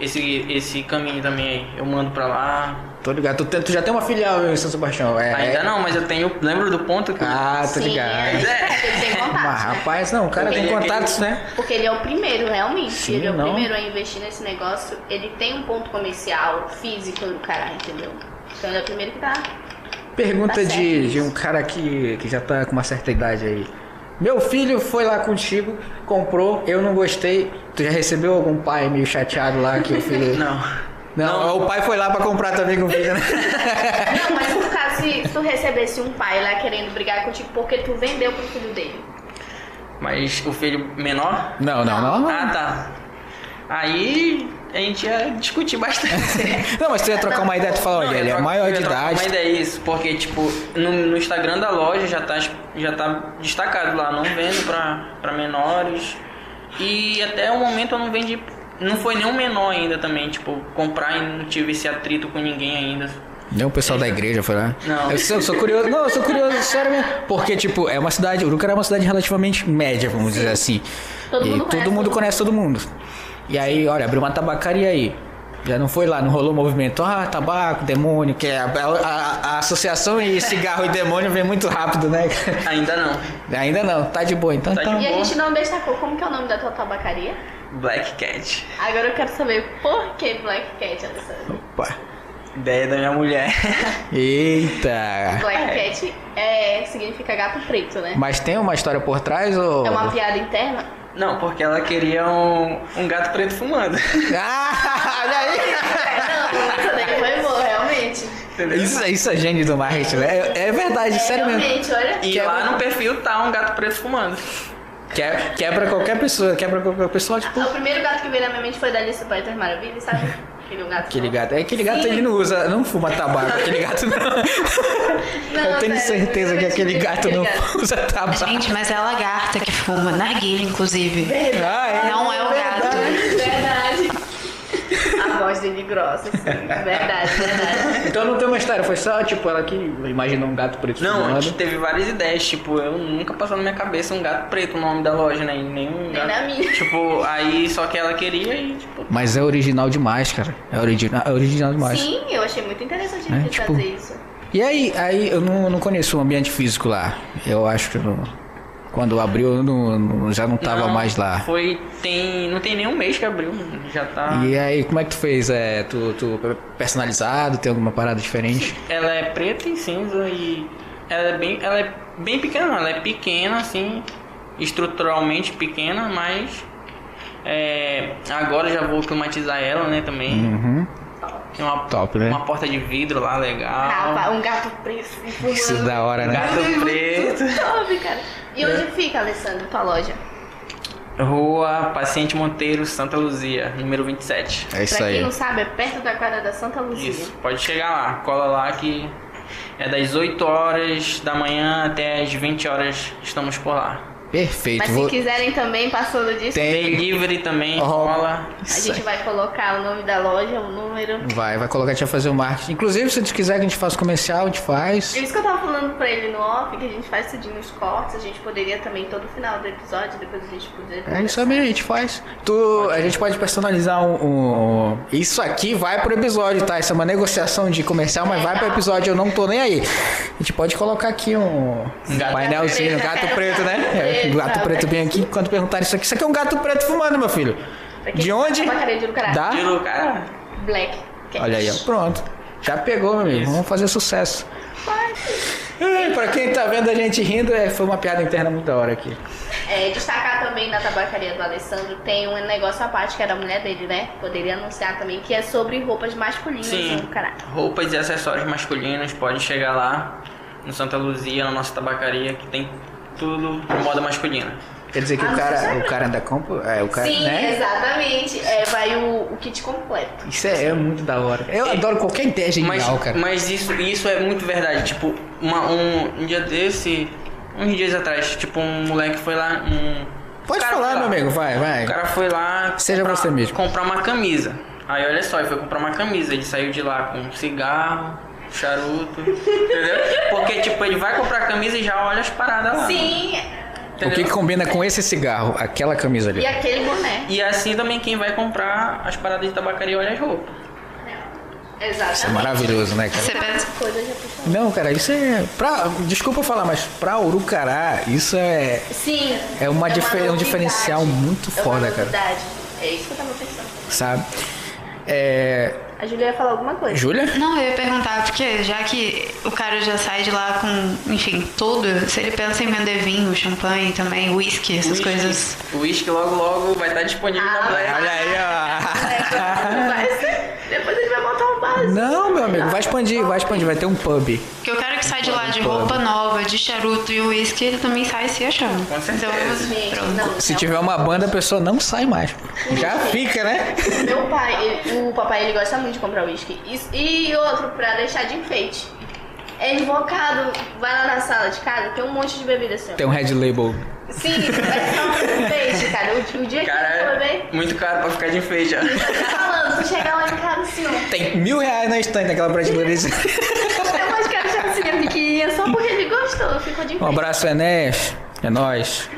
Speaker 3: esse, esse caminho também aí. Eu mando pra lá.
Speaker 2: Tô ligado, tu, tem- tu já tem uma filial em São Sebastião, é.
Speaker 3: Ainda
Speaker 2: é-
Speaker 3: não, mas eu tenho. Lembra do ponto que eu-
Speaker 2: Ah,
Speaker 1: Sim,
Speaker 2: tô
Speaker 1: é,
Speaker 2: ligado.
Speaker 1: ele tem
Speaker 2: Mas,
Speaker 1: contato, né?
Speaker 2: rapaz, não, o cara tem
Speaker 3: Ele é aquele-
Speaker 2: contatos, né?
Speaker 1: Porque ele é o primeiro, realmente.
Speaker 2: Sim,
Speaker 1: ele é o
Speaker 2: não.
Speaker 1: primeiro a investir nesse negócio. Ele tem um ponto comercial físico do caralho, entendeu? Então ele é o primeiro que tá.
Speaker 2: Pergunta
Speaker 1: Tá certo
Speaker 2: de, de um cara que, que já tá com uma certa idade aí. Meu filho foi lá contigo, comprou, eu não gostei. Tu já recebeu algum pai meio chateado lá que o filho.
Speaker 3: Não.
Speaker 2: Não, o pai foi lá pra comprar também com o filho, né?
Speaker 1: Não, mas no caso, se tu recebesse um pai lá querendo brigar contigo porque tu vendeu pro filho dele.
Speaker 3: Mas o filho menor?
Speaker 2: Não, não, não.
Speaker 3: Ah tá. Aí a gente ia discutir bastante.
Speaker 2: Não, mas tu ia trocar uma ideia, tu fala,
Speaker 3: Não,
Speaker 2: olha,
Speaker 3: eu
Speaker 2: ele é
Speaker 3: troco-
Speaker 2: maior
Speaker 3: eu
Speaker 2: de
Speaker 3: troco
Speaker 2: idade.
Speaker 3: Uma ideia é isso, porque tipo, no, no Instagram da loja já tá, já tá destacado lá, não vendo pra, pra menores. E até o momento eu não vendi. Não foi nenhum menor ainda também, tipo, comprar e não tive esse atrito com ninguém ainda.
Speaker 2: Nem o pessoal da igreja foi lá.
Speaker 3: Não.
Speaker 2: Eu sou, eu sou curioso. Não, eu sou curioso, sério mesmo. Porque, tipo, é uma cidade. Urucará é uma cidade relativamente média, vamos dizer assim.
Speaker 1: Todo
Speaker 2: e
Speaker 1: mundo
Speaker 2: todo
Speaker 1: conhece
Speaker 2: mundo
Speaker 1: todo
Speaker 2: conhece todo mundo. E aí, olha, abriu uma tabacaria aí. Já não foi lá, não rolou movimento. Ah, tabaco, demônio, que é a, a- a associação e cigarro e demônio vem muito rápido, né?
Speaker 3: Ainda não.
Speaker 2: Ainda não, tá de boa, então.
Speaker 3: Tá de
Speaker 2: então.
Speaker 1: E a
Speaker 3: Bom.
Speaker 1: gente não destacou como que é o nome da tua tabacaria.
Speaker 3: Black Cat.
Speaker 1: Agora eu quero saber por que Black Cat, Alessandra.
Speaker 2: Opa.
Speaker 3: Ideia da minha mulher.
Speaker 2: Eita!
Speaker 1: Black Cat é, significa gato preto, né?
Speaker 2: Mas tem uma história por trás ou.
Speaker 1: É uma piada interna?
Speaker 3: Não, porque ela queria um, um gato preto fumando.
Speaker 2: Ah, olha aí!
Speaker 1: Não, essa daí foi boa, realmente.
Speaker 3: Entendeu?
Speaker 2: Isso, isso é gênio do marketing, né? É, é verdade,
Speaker 1: É,
Speaker 2: sério mesmo.
Speaker 1: realmente, olha.
Speaker 3: E
Speaker 2: Quebra-
Speaker 3: lá no perfil tá um gato preto fumando.
Speaker 2: Que- quebra qualquer pessoa, quebra qualquer pessoa, tipo.
Speaker 1: É O primeiro gato que veio na minha mente foi da Alice Pai das Maravilhas, sabe? Aquele gato.
Speaker 2: Aquele gato. É aquele gato
Speaker 1: Sim.
Speaker 2: ele não usa, não fuma tabaco, aquele gato não. Eu
Speaker 1: sério,
Speaker 2: tenho
Speaker 1: é
Speaker 2: certeza que
Speaker 1: eu
Speaker 2: aquele
Speaker 1: juro que
Speaker 2: gato não usa tabaco.
Speaker 4: Gente, mas é a lagarta que fuma, narguilha, inclusive.
Speaker 2: Ah,
Speaker 4: Não é o gato.
Speaker 1: Verdade. A voz voz vigorosa, assim. Verdade, verdade.
Speaker 2: Então não tem uma história, foi só, tipo, ela que imaginou um gato preto
Speaker 3: Não, a
Speaker 2: fumando.
Speaker 3: gente teve várias ideias, tipo, eu nunca passou na minha cabeça um gato preto o nome da loja, né? E nenhum gato.
Speaker 1: na minha.
Speaker 3: Tipo, aí só que ela queria e, tipo,
Speaker 2: Mas é original demais, cara. É original, é original demais.
Speaker 1: Sim, eu achei muito interessante
Speaker 2: É,
Speaker 1: ele
Speaker 2: tipo-
Speaker 1: fazer isso.
Speaker 2: E aí, aí eu não, não conheço o ambiente físico lá. Eu acho que eu não- quando abriu eu não- não- já não tava
Speaker 3: não,
Speaker 2: mais lá.
Speaker 3: Foi. Tem. Não tem nenhum mês que abriu, já tá.
Speaker 2: E aí, como é que tu fez? É, tu, tu personalizado, tem alguma parada diferente?
Speaker 3: Ela é preta e cinza e ela é bem, ela é bem pequena, não, ela é pequena assim, estruturalmente pequena, mas é, agora já vou climatizar ela, né, também.
Speaker 2: Uhum.
Speaker 3: Tem uma,
Speaker 2: Top, né?
Speaker 3: uma porta de vidro lá legal.
Speaker 1: Rapaz, um gato preto fumando.
Speaker 2: Isso é da hora, né?
Speaker 3: Gato preto.
Speaker 1: Top, cara. E
Speaker 2: É.
Speaker 1: onde fica, Alessandro, tua loja?
Speaker 3: Rua Paciente Monteiro, Santa Luzia, número 27.
Speaker 2: É isso
Speaker 1: pra quem
Speaker 2: aí.
Speaker 1: não sabe, é perto da quadra da Santa Luzia.
Speaker 3: Isso, pode chegar lá, cola lá que é das 8 horas da manhã até as 20 horas estamos por lá.
Speaker 2: Perfeito.
Speaker 1: Mas se
Speaker 2: vou-
Speaker 1: quiserem também, passando disso,
Speaker 2: Tem-
Speaker 3: Delivery também,
Speaker 2: Ó,
Speaker 3: cola.
Speaker 1: a gente vai colocar o nome da loja, o número.
Speaker 2: Vai, vai colocar a gente a fazer o marketing. Inclusive, se a gente quiser que a gente faça comercial, a gente faz.
Speaker 1: É isso que eu tava falando pra ele no off, que a gente faz tudinho os cortes, a gente poderia também todo final do episódio, depois a gente poderia.
Speaker 2: É isso mesmo, a gente faz. Tu, a gente pode personalizar um, um- um- Isso aqui vai pro episódio, tá? Isso é uma negociação de comercial, mas vai pro episódio, eu não tô nem aí. A gente pode colocar aqui um, um
Speaker 3: Gato
Speaker 2: painelzinho,
Speaker 1: preto,
Speaker 2: gato
Speaker 1: quero
Speaker 2: preto, né?
Speaker 1: gato preto,
Speaker 2: É, gato
Speaker 1: sabe?
Speaker 2: preto bem aqui, quando perguntaram isso aqui. Isso aqui é um gato preto fumando, meu filho.
Speaker 1: Pra quem
Speaker 2: é De onde?
Speaker 1: Tabacaria de um Urucará.
Speaker 2: Dá?
Speaker 3: Tira o cara.
Speaker 2: é.
Speaker 1: Black. Cat.
Speaker 2: Olha aí, ó. Pronto. Já pegou, meu amigo. Vamos fazer sucesso. Ai, Pra quem tá vendo a gente rindo, é, foi uma piada interna muito da hora aqui.
Speaker 1: É, destacar também na tabacaria do Alessandro tem um negócio à parte que era a mulher dele, né? Poderia anunciar também que é sobre roupas masculinas
Speaker 3: Sim,
Speaker 1: no Urucará.
Speaker 3: roupas e acessórios masculinos, pode chegar lá no Santa Luzia, na nossa tabacaria, que tem tudo de moda masculina.
Speaker 2: Quer dizer que
Speaker 1: Ah,
Speaker 2: o cara,
Speaker 1: não,
Speaker 2: o cara ainda compra. É, o cara,
Speaker 1: Sim,
Speaker 2: né?
Speaker 1: exatamente. É, vai o, o kit completo.
Speaker 2: Isso é, é muito da hora. Eu adoro qualquer ideia
Speaker 3: Mas,
Speaker 2: genial, cara.
Speaker 3: mas isso, isso é muito verdade. Tipo, uma- um, um dia desse, uns dias atrás, tipo, um moleque foi lá. Um,
Speaker 2: Pode
Speaker 3: o cara
Speaker 2: falar,
Speaker 3: foi
Speaker 2: meu
Speaker 3: lá.
Speaker 2: amigo, vai, vai.
Speaker 3: O cara foi lá.
Speaker 2: Seja
Speaker 3: comprar,
Speaker 2: você mesmo.
Speaker 3: Comprar uma camisa. Aí olha só, ele foi comprar uma camisa. Ele saiu de lá com um cigarro, charuto, entendeu? Porque, tipo, ele vai comprar a camisa e já olha as paradas
Speaker 2: Ah.
Speaker 3: lá.
Speaker 1: Sim,
Speaker 2: o
Speaker 3: entendeu?
Speaker 2: que, que combina com esse cigarro? Aquela camisa ali.
Speaker 1: e aquele boné.
Speaker 3: E assim também quem vai comprar as paradas de tabacaria olha as roupas.
Speaker 2: Isso é
Speaker 1: Exatamente.
Speaker 2: maravilhoso, né, cara?
Speaker 4: Você pensa,
Speaker 1: Coisa já puxou.
Speaker 2: Não, cara, isso é. Pra, desculpa falar, mas pra Urucará, isso é.
Speaker 1: Sim.
Speaker 2: É uma difer- um
Speaker 1: novidade.
Speaker 2: diferencial muito
Speaker 1: é
Speaker 2: foda,
Speaker 1: uma
Speaker 2: cara.
Speaker 1: novidade. É isso que eu tava pensando.
Speaker 2: Sabe? É.
Speaker 1: A Julia ia falar alguma coisa.
Speaker 2: Júlia?
Speaker 4: Não, eu ia perguntar, porque já que o cara já sai de lá com, enfim, tudo, se ele pensa em vender vinho, champanhe também, uísque, essas
Speaker 3: Whisky-
Speaker 4: coisas.
Speaker 3: O uísque logo logo vai estar disponível
Speaker 1: Ah,
Speaker 3: na Black.
Speaker 2: Olha
Speaker 1: É,
Speaker 2: aí,
Speaker 1: Vai ser- Depois ele vai montar um
Speaker 2: ó.
Speaker 1: base.
Speaker 2: Não, meu amigo, vai expandir, vai expandir, vai ter um pub.
Speaker 4: Porque o cara que sai de lá de roupa nova, de charuto e uísque, ele também sai se achando.
Speaker 3: Com certeza.
Speaker 1: Gente,
Speaker 4: Então, pronto.
Speaker 1: não,
Speaker 2: Se
Speaker 1: não.
Speaker 2: tiver uma banda, a pessoa não sai mais. Já fica, né?
Speaker 1: Meu pai, ele- o papai, ele gosta muito de comprar uísque. E, e outro pra deixar de enfeite. É invocado, vai lá na sala de casa, tem um monte de bebida assim. ó.
Speaker 2: Tem um red label.
Speaker 1: Sim, é só um enfeite, cara. O, o dia que eu for beber,
Speaker 3: Cara, é muito caro pra ficar de enfeite. ó.
Speaker 1: tá falando, tu chegar lá em casa assim, ó.
Speaker 2: Tem mil reais na estante daquela prateleira.
Speaker 1: Eu acho que era chapinha pequenininha só porque ele gostou, ficou de
Speaker 2: Um
Speaker 1: frente.
Speaker 2: abraço, Enéas. É nóis.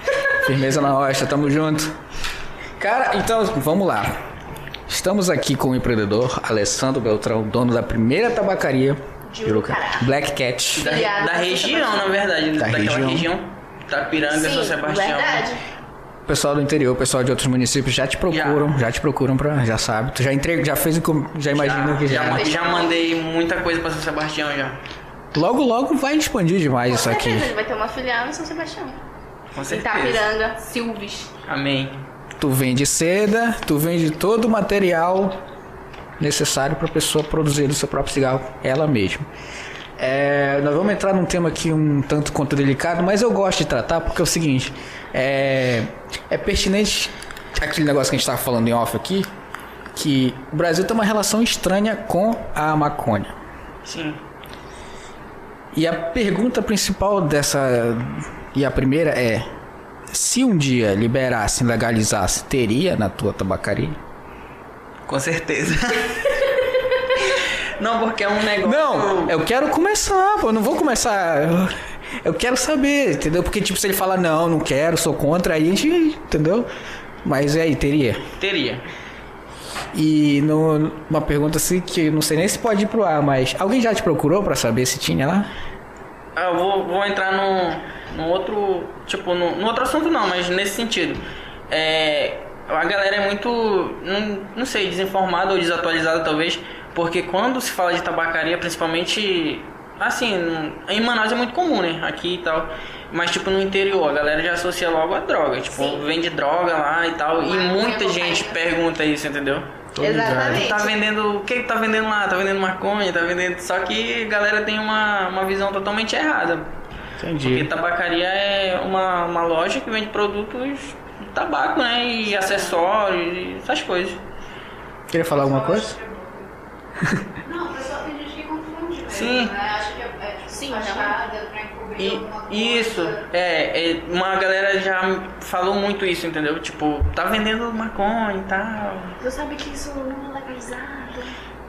Speaker 2: Firmeza na rocha, tamo junto. Cara, então, vamos lá. Estamos aqui com o empreendedor Alessandro Beltrão, dono da primeira tabacaria
Speaker 1: De
Speaker 2: Uruca-
Speaker 1: Urucará.
Speaker 2: Black Cat.
Speaker 3: Da,
Speaker 1: Obrigada,
Speaker 3: da
Speaker 1: São
Speaker 3: região,
Speaker 1: Sebastião.
Speaker 3: na verdade.
Speaker 2: Da
Speaker 3: daquela
Speaker 2: região.
Speaker 3: região. Tapiranga, São Sebastião.
Speaker 1: verdade.
Speaker 2: O pessoal do interior, o pessoal de outros municípios já te procuram, já, te procuram pra, já sabe. Tu já entrega, já fez o que eu- já imagino
Speaker 3: Já,
Speaker 2: que já.
Speaker 3: já,
Speaker 2: né?
Speaker 3: já mandei muita coisa pra São Sebastião já.
Speaker 2: Logo, logo vai expandir demais
Speaker 1: Com
Speaker 2: isso aqui.
Speaker 1: certeza, ele vai ter uma filial em São Sebastião.
Speaker 3: Com certeza.
Speaker 1: Itapiranga, Silves.
Speaker 3: Amém.
Speaker 2: Tu vende seda, tu vende todo o material necessário para a pessoa produzir o seu próprio cigarro ela mesma. É, nós vamos entrar num tema aqui um tanto quanto delicado, mas eu gosto de tratar porque é o seguinte: é, é pertinente aquele negócio que a gente estava falando em off aqui, que o Brasil tem uma relação estranha com a maconha.
Speaker 3: Sim.
Speaker 2: E a pergunta principal dessa. E a primeira é: se um dia liberassem, legalizassem, teria na tua tabacaria?
Speaker 3: Com certeza. Não, porque é um negócio.
Speaker 2: Não, é eu quero começar, pô. Eu não vou começar. Eu- Eu quero saber, entendeu? Porque, tipo, se ele fala, não, não quero, sou contra, aí a gente. Entendeu? Mas e aí, teria.
Speaker 3: Teria.
Speaker 2: E no- uma pergunta assim que eu não sei nem se pode ir pro ar, mas alguém já te procurou pra saber se tinha lá?
Speaker 3: Ah, eu vou, vou entrar num, num outro. Tipo, num, num outro assunto não, mas nesse sentido. É, a galera é muito. Não, não sei, desinformada ou desatualizada talvez. Porque quando se fala de tabacaria, principalmente. Assim, em Manaus é muito comum, né? Aqui e tal. Mas tipo no interior, a galera já associa logo a droga. Tipo,
Speaker 1: Sim.
Speaker 3: vende droga lá e tal. e
Speaker 1: Maconha,
Speaker 3: muita gente
Speaker 1: cocaína.
Speaker 3: pergunta isso, entendeu?
Speaker 1: Exatamente.
Speaker 3: Tá vendendo. O que que tá vendendo lá? Tá vendendo maconha, tá vendendo. Só que a galera tem uma, uma visão totalmente errada. Porque
Speaker 2: Entendi.
Speaker 3: tabacaria é uma, uma loja que vende produtos de tabaco, né? E acessórios, e essas coisas. tá-
Speaker 2: Queria falar alguma coisa?
Speaker 5: Não, o pessoal tem gente que confunde mesmo,
Speaker 3: Sim.
Speaker 5: né? Acha que é, é tipo,
Speaker 1: Sim,
Speaker 5: fachada pra encobrir
Speaker 3: E
Speaker 5: alguma coisa.
Speaker 3: isso, é, é, uma galera já falou muito isso, entendeu? Tipo, tá vendendo maconha e tal.
Speaker 1: Eu sabia que isso não é legalizado.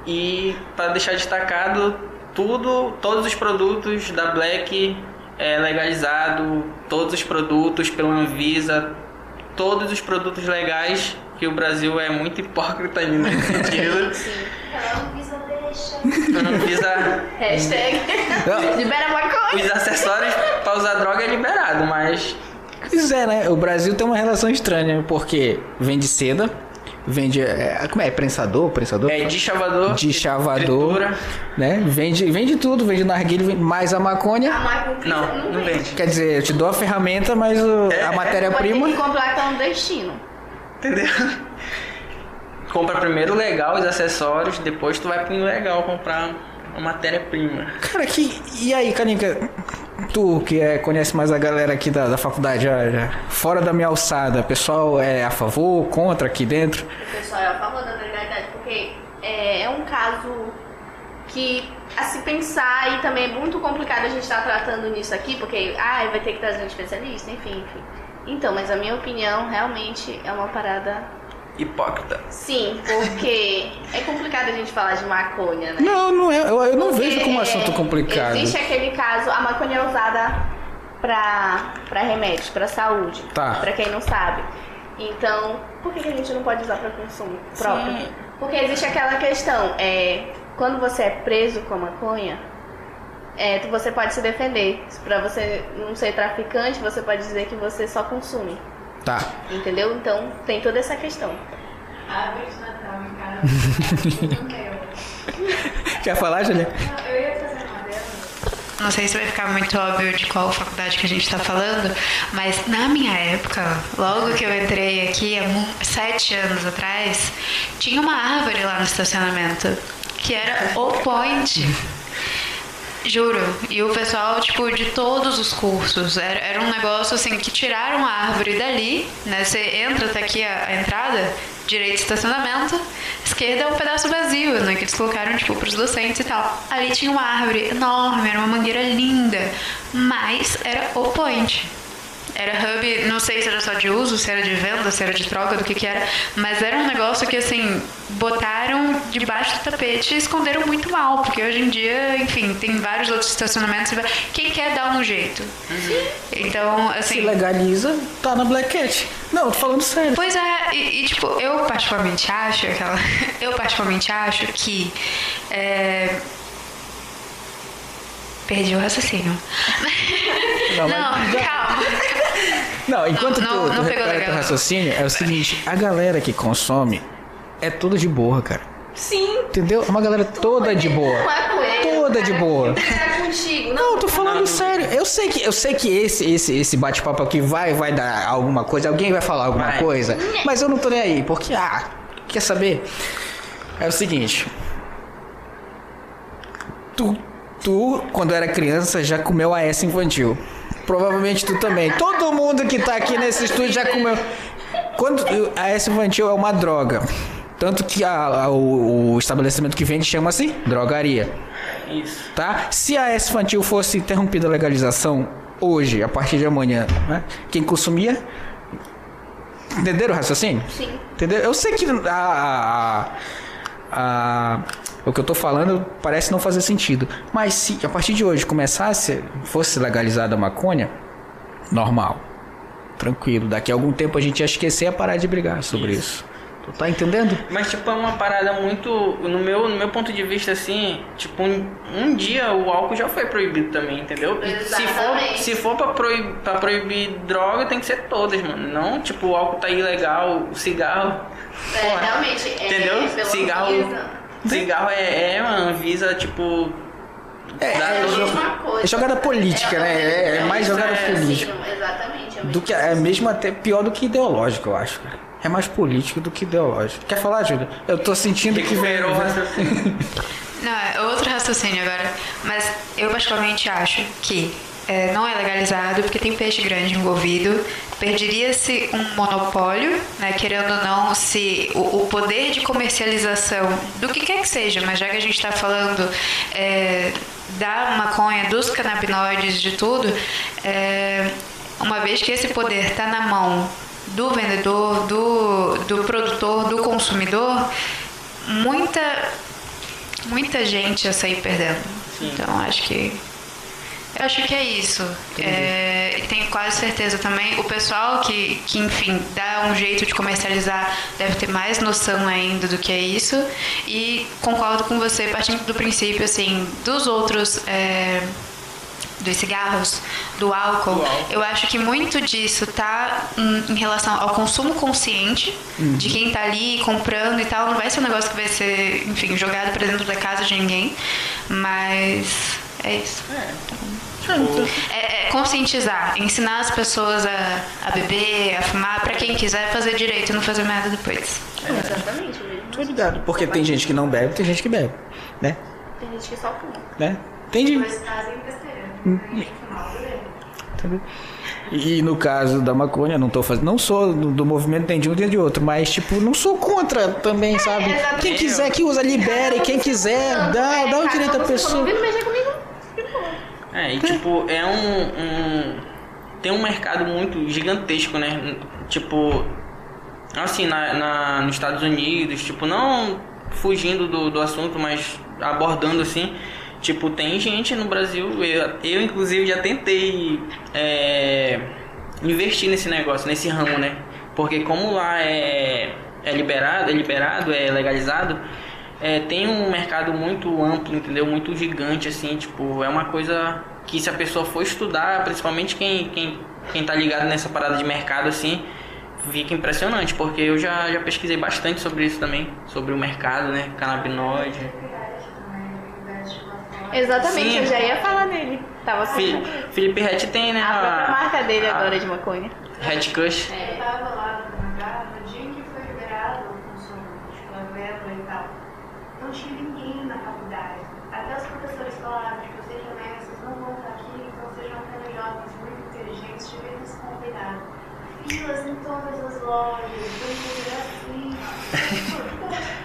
Speaker 3: E pra deixar destacado tudo, todos os produtos da Black é legalizado, todos os produtos pela Anvisa, todos os produtos legais, que o Brasil é muito hipócrita nesse sentido.
Speaker 5: Ela não pisa, deixa.
Speaker 3: A Anvisa
Speaker 1: Hashtag. Libera maconha.
Speaker 3: os acessórios pra usar droga é liberado, mas
Speaker 2: Pois é, né? O Brasil tem uma relação estranha, porque vende seda, vende. É, como é? Prensador? Prensador?
Speaker 3: é de chavador,
Speaker 2: de chavador,
Speaker 3: tritura.
Speaker 2: né? Vende, vende tudo, vende narguilha, vende mais a
Speaker 1: A
Speaker 2: maconha.
Speaker 1: maconha
Speaker 3: Não, não vende.
Speaker 2: Quer dizer, eu te dou a ferramenta, mas o-
Speaker 1: É,
Speaker 2: a matéria-prima.
Speaker 1: Pode ter que comprar um clandestino.
Speaker 3: Entendeu? Compra primeiro o legal, os acessórios, depois tu vai pro ilegal comprar a matéria-prima.
Speaker 2: Cara, que. E aí, Kalinka? Tu que é- conhece mais a galera aqui da, da faculdade, já, já, fora da minha alçada, o pessoal é a favor, contra aqui dentro?
Speaker 1: O pessoal é a favor da legalidade, porque é, é um caso que a se pensar e também é muito complicado a gente estar tratando nisso aqui, porque ah, vai ter que trazer um especialista, enfim, enfim. Então, mas a minha opinião realmente é uma parada
Speaker 3: Hipócrita.
Speaker 1: sim, porque é complicado a gente falar de maconha, né?
Speaker 2: Não, não é, eu, eu não
Speaker 1: Porque,
Speaker 2: vejo como um
Speaker 1: é,
Speaker 2: assunto complicado.
Speaker 1: Existe aquele caso, a maconha é usada pra, pra remédio, pra saúde.
Speaker 2: Tá.
Speaker 1: Pra quem não sabe. Então, por que, que a gente não pode usar pra consumo próprio?
Speaker 3: Sim.
Speaker 1: Porque existe aquela questão, é, quando você é preso com a maconha, é, tu- você pode se defender. Pra você não ser traficante, você pode dizer que você só consome.
Speaker 2: Tá.
Speaker 1: Entendeu? Então tem toda essa questão.
Speaker 5: Árvore de Natal em casa. Não quero.
Speaker 2: Quer falar, Julia?
Speaker 5: Não, Eu ia fazer uma dela.
Speaker 4: Não sei se vai ficar muito óbvio de qual faculdade que a gente está falando, mas na minha época, logo que eu entrei aqui, há mu- sete anos atrás, tinha uma árvore lá no estacionamento, que era o point. Juro. E o pessoal, tipo, de todos os cursos. Era, era um negócio assim que tiraram a árvore dali, né? Você entra, tá aqui a, a entrada, direita estacionamento, esquerda é um pedaço vazio, né? Que eles colocaram, tipo, pros docentes e tal. Ali tinha uma árvore enorme, era uma mangueira linda. Mas era o point. Era hub, não sei se era só de uso, se era de venda, se era de troca, do que que era, mas era um negócio que assim, botaram debaixo do tapete e esconderam muito mal, porque hoje em dia, enfim, tem vários outros estacionamentos, e vai- quem quer dar um jeito. Então,
Speaker 2: Se
Speaker 4: assim,
Speaker 2: legaliza, tá na Black Cat. Não, eu tô falando sério.
Speaker 4: Pois é, e, e, tipo, eu particularmente acho aquela. Eu particularmente acho que. é, Perdi o raciocínio.
Speaker 2: Não,
Speaker 4: Não,
Speaker 2: mas já-
Speaker 4: calma.
Speaker 2: Não, enquanto
Speaker 4: Não,
Speaker 2: tu,
Speaker 4: não-
Speaker 2: tu
Speaker 4: não pegou
Speaker 2: recupera
Speaker 4: legal.
Speaker 2: teu raciocínio, é o seguinte, a galera que consome é toda de boa, cara.
Speaker 1: Sim.
Speaker 2: Entendeu? É uma galera toda de boa. Toda de boa.
Speaker 1: contigo.
Speaker 2: Não, eu tô falando
Speaker 3: Não,
Speaker 2: sério. Eu sei que, eu sei que esse, esse, esse bate-papo aqui vai, vai dar alguma coisa, alguém vai Né? falar alguma
Speaker 3: Vai.
Speaker 2: coisa, mas eu não tô nem aí, porque, ah, quer saber? É o seguinte. Tu, tu quando era criança, já comeu AS infantil. Provavelmente tu também. Todo mundo que tá aqui nesse estúdio já comeu. Quando, AS infantil é uma droga. Tanto que a- a- o, o estabelecimento que vende chama-se drogaria
Speaker 3: Isso.
Speaker 2: tá? Se a S infantil fosse interrompida a legalização hoje, a partir de amanhã, né? quem consumia. Entenderam o raciocínio?
Speaker 1: Sim.
Speaker 2: Entendeu? Eu sei que a. a, a O que eu tô falando parece não fazer sentido. Mas se a partir de hoje começasse, fosse legalizada a maconha, normal. Tranquilo. Daqui a algum tempo a gente ia esquecer e ia parar de brigar sobre isso. Tu tá entendendo?
Speaker 3: Mas tipo, é uma parada muito. No meu, no meu ponto de vista, assim, tipo, um, um dia o álcool já foi proibido também, entendeu? E Se for,
Speaker 1: Exatamente.
Speaker 3: se for pra, proib, pra proibir droga, tem que ser todas, mano. Não, tipo, o álcool tá ilegal, o cigarro.
Speaker 1: É,
Speaker 3: Porra.
Speaker 1: realmente, é,
Speaker 3: Entendeu?
Speaker 1: pela
Speaker 3: cigarro.
Speaker 1: Anvisa.
Speaker 3: Cigarro é, é uma Anvisa, tipo.
Speaker 2: É,
Speaker 3: dá
Speaker 2: é,
Speaker 1: a
Speaker 3: todo-
Speaker 2: jogo-
Speaker 1: mesma coisa.
Speaker 2: é jogada política, né? É- é mais
Speaker 1: isso,
Speaker 2: jogada
Speaker 1: é,
Speaker 2: política.
Speaker 1: sim, Exatamente.
Speaker 2: Do que, é mesmo até pior do que ideológico, eu acho. cara. É mais político do que ideológico. Quer falar, Júlia? Eu tô sentindo que né? vem.
Speaker 3: recuperou assim, tipo, o raciocínio.
Speaker 4: Não, é outro raciocínio agora. Mas eu particularmente acho que é, não é legalizado porque tem peixe grande envolvido. Perderia-se um monopólio, né? Querendo ou não, se o, o poder de comercialização do que quer que seja, mas já que a gente está falando é, da maconha, dos canabinoides, de tudo, é, uma vez que esse poder está na mão do vendedor, do, do produtor, do consumidor, muita muita gente ia sair perdendo. Então acho que. Eu acho que é isso. É, e tenho quase certeza também. O pessoal que, que, enfim, dá um jeito de comercializar deve ter mais noção ainda do que é isso. E concordo com você, partindo do princípio, assim, dos outros. é, dos cigarros, do álcool, eu acho que muito disso tá hum, em relação ao consumo consciente de quem tá ali comprando e tal. Não vai ser um negócio que vai ser, enfim, jogado pra dentro da casa de ninguém, mas é isso. É, é conscientizar, ensinar as pessoas a, a beber, a fumar, pra quem quiser fazer direito e não fazer merda depois.
Speaker 1: Exatamente mesmo.
Speaker 2: Tô ligado. Porque tem gente que não bebe, tem gente que bebe. Né?
Speaker 1: Tem gente que só pula.
Speaker 2: Né? Entendi.
Speaker 5: Mas fazem besteira. né? Tem que fumar o dedo.
Speaker 2: Entendeu? E no caso da maconha, não tô fazendo. Não sou do, do movimento nem de um nem de outro, mas tipo, não sou contra também, sabe?
Speaker 1: É, exatamente.
Speaker 2: Quem quiser que usa, libere. Quem quiser, É, dá, dá o direito à pessoa.
Speaker 1: É, Não mexer comigo.
Speaker 3: É, e tipo, é um, um- Tem um mercado muito gigantesco, né? Tipo. Assim, na, na- nos Estados Unidos, tipo, não fugindo do, do assunto, mas abordando assim. Tipo, tem gente no Brasil, eu, eu inclusive já tentei é, investir nesse negócio, nesse ramo, né? Porque como lá é, é liberado, é liberado, é legalizado, é, tem um mercado muito amplo, entendeu? Muito gigante, assim, tipo, é uma coisa que se a pessoa for estudar, principalmente quem, quem, quem tá ligado nessa parada de mercado, assim, fica impressionante, porque eu já, já pesquisei bastante sobre isso também, sobre o mercado, né? Canabinoide.
Speaker 1: Exatamente,
Speaker 3: Sim.
Speaker 1: eu já ia falar nele. Tava assim.
Speaker 3: Fi- Felipe Ret tem, né?
Speaker 1: A própria marca dele
Speaker 3: a-
Speaker 1: agora de maconha.
Speaker 3: Red Cush.
Speaker 4: É.
Speaker 5: Eu tava lá no Canadá no dia em que foi liberado o consumo de favela e tal. Não tinha ninguém na faculdade. Até os professores falaram, tipo, sejam honestos, não vão estar aqui, então sejam apenas jovens muito inteligentes, devem nos convidar. Filas em todas as lojas, vendedor assim. Tipo,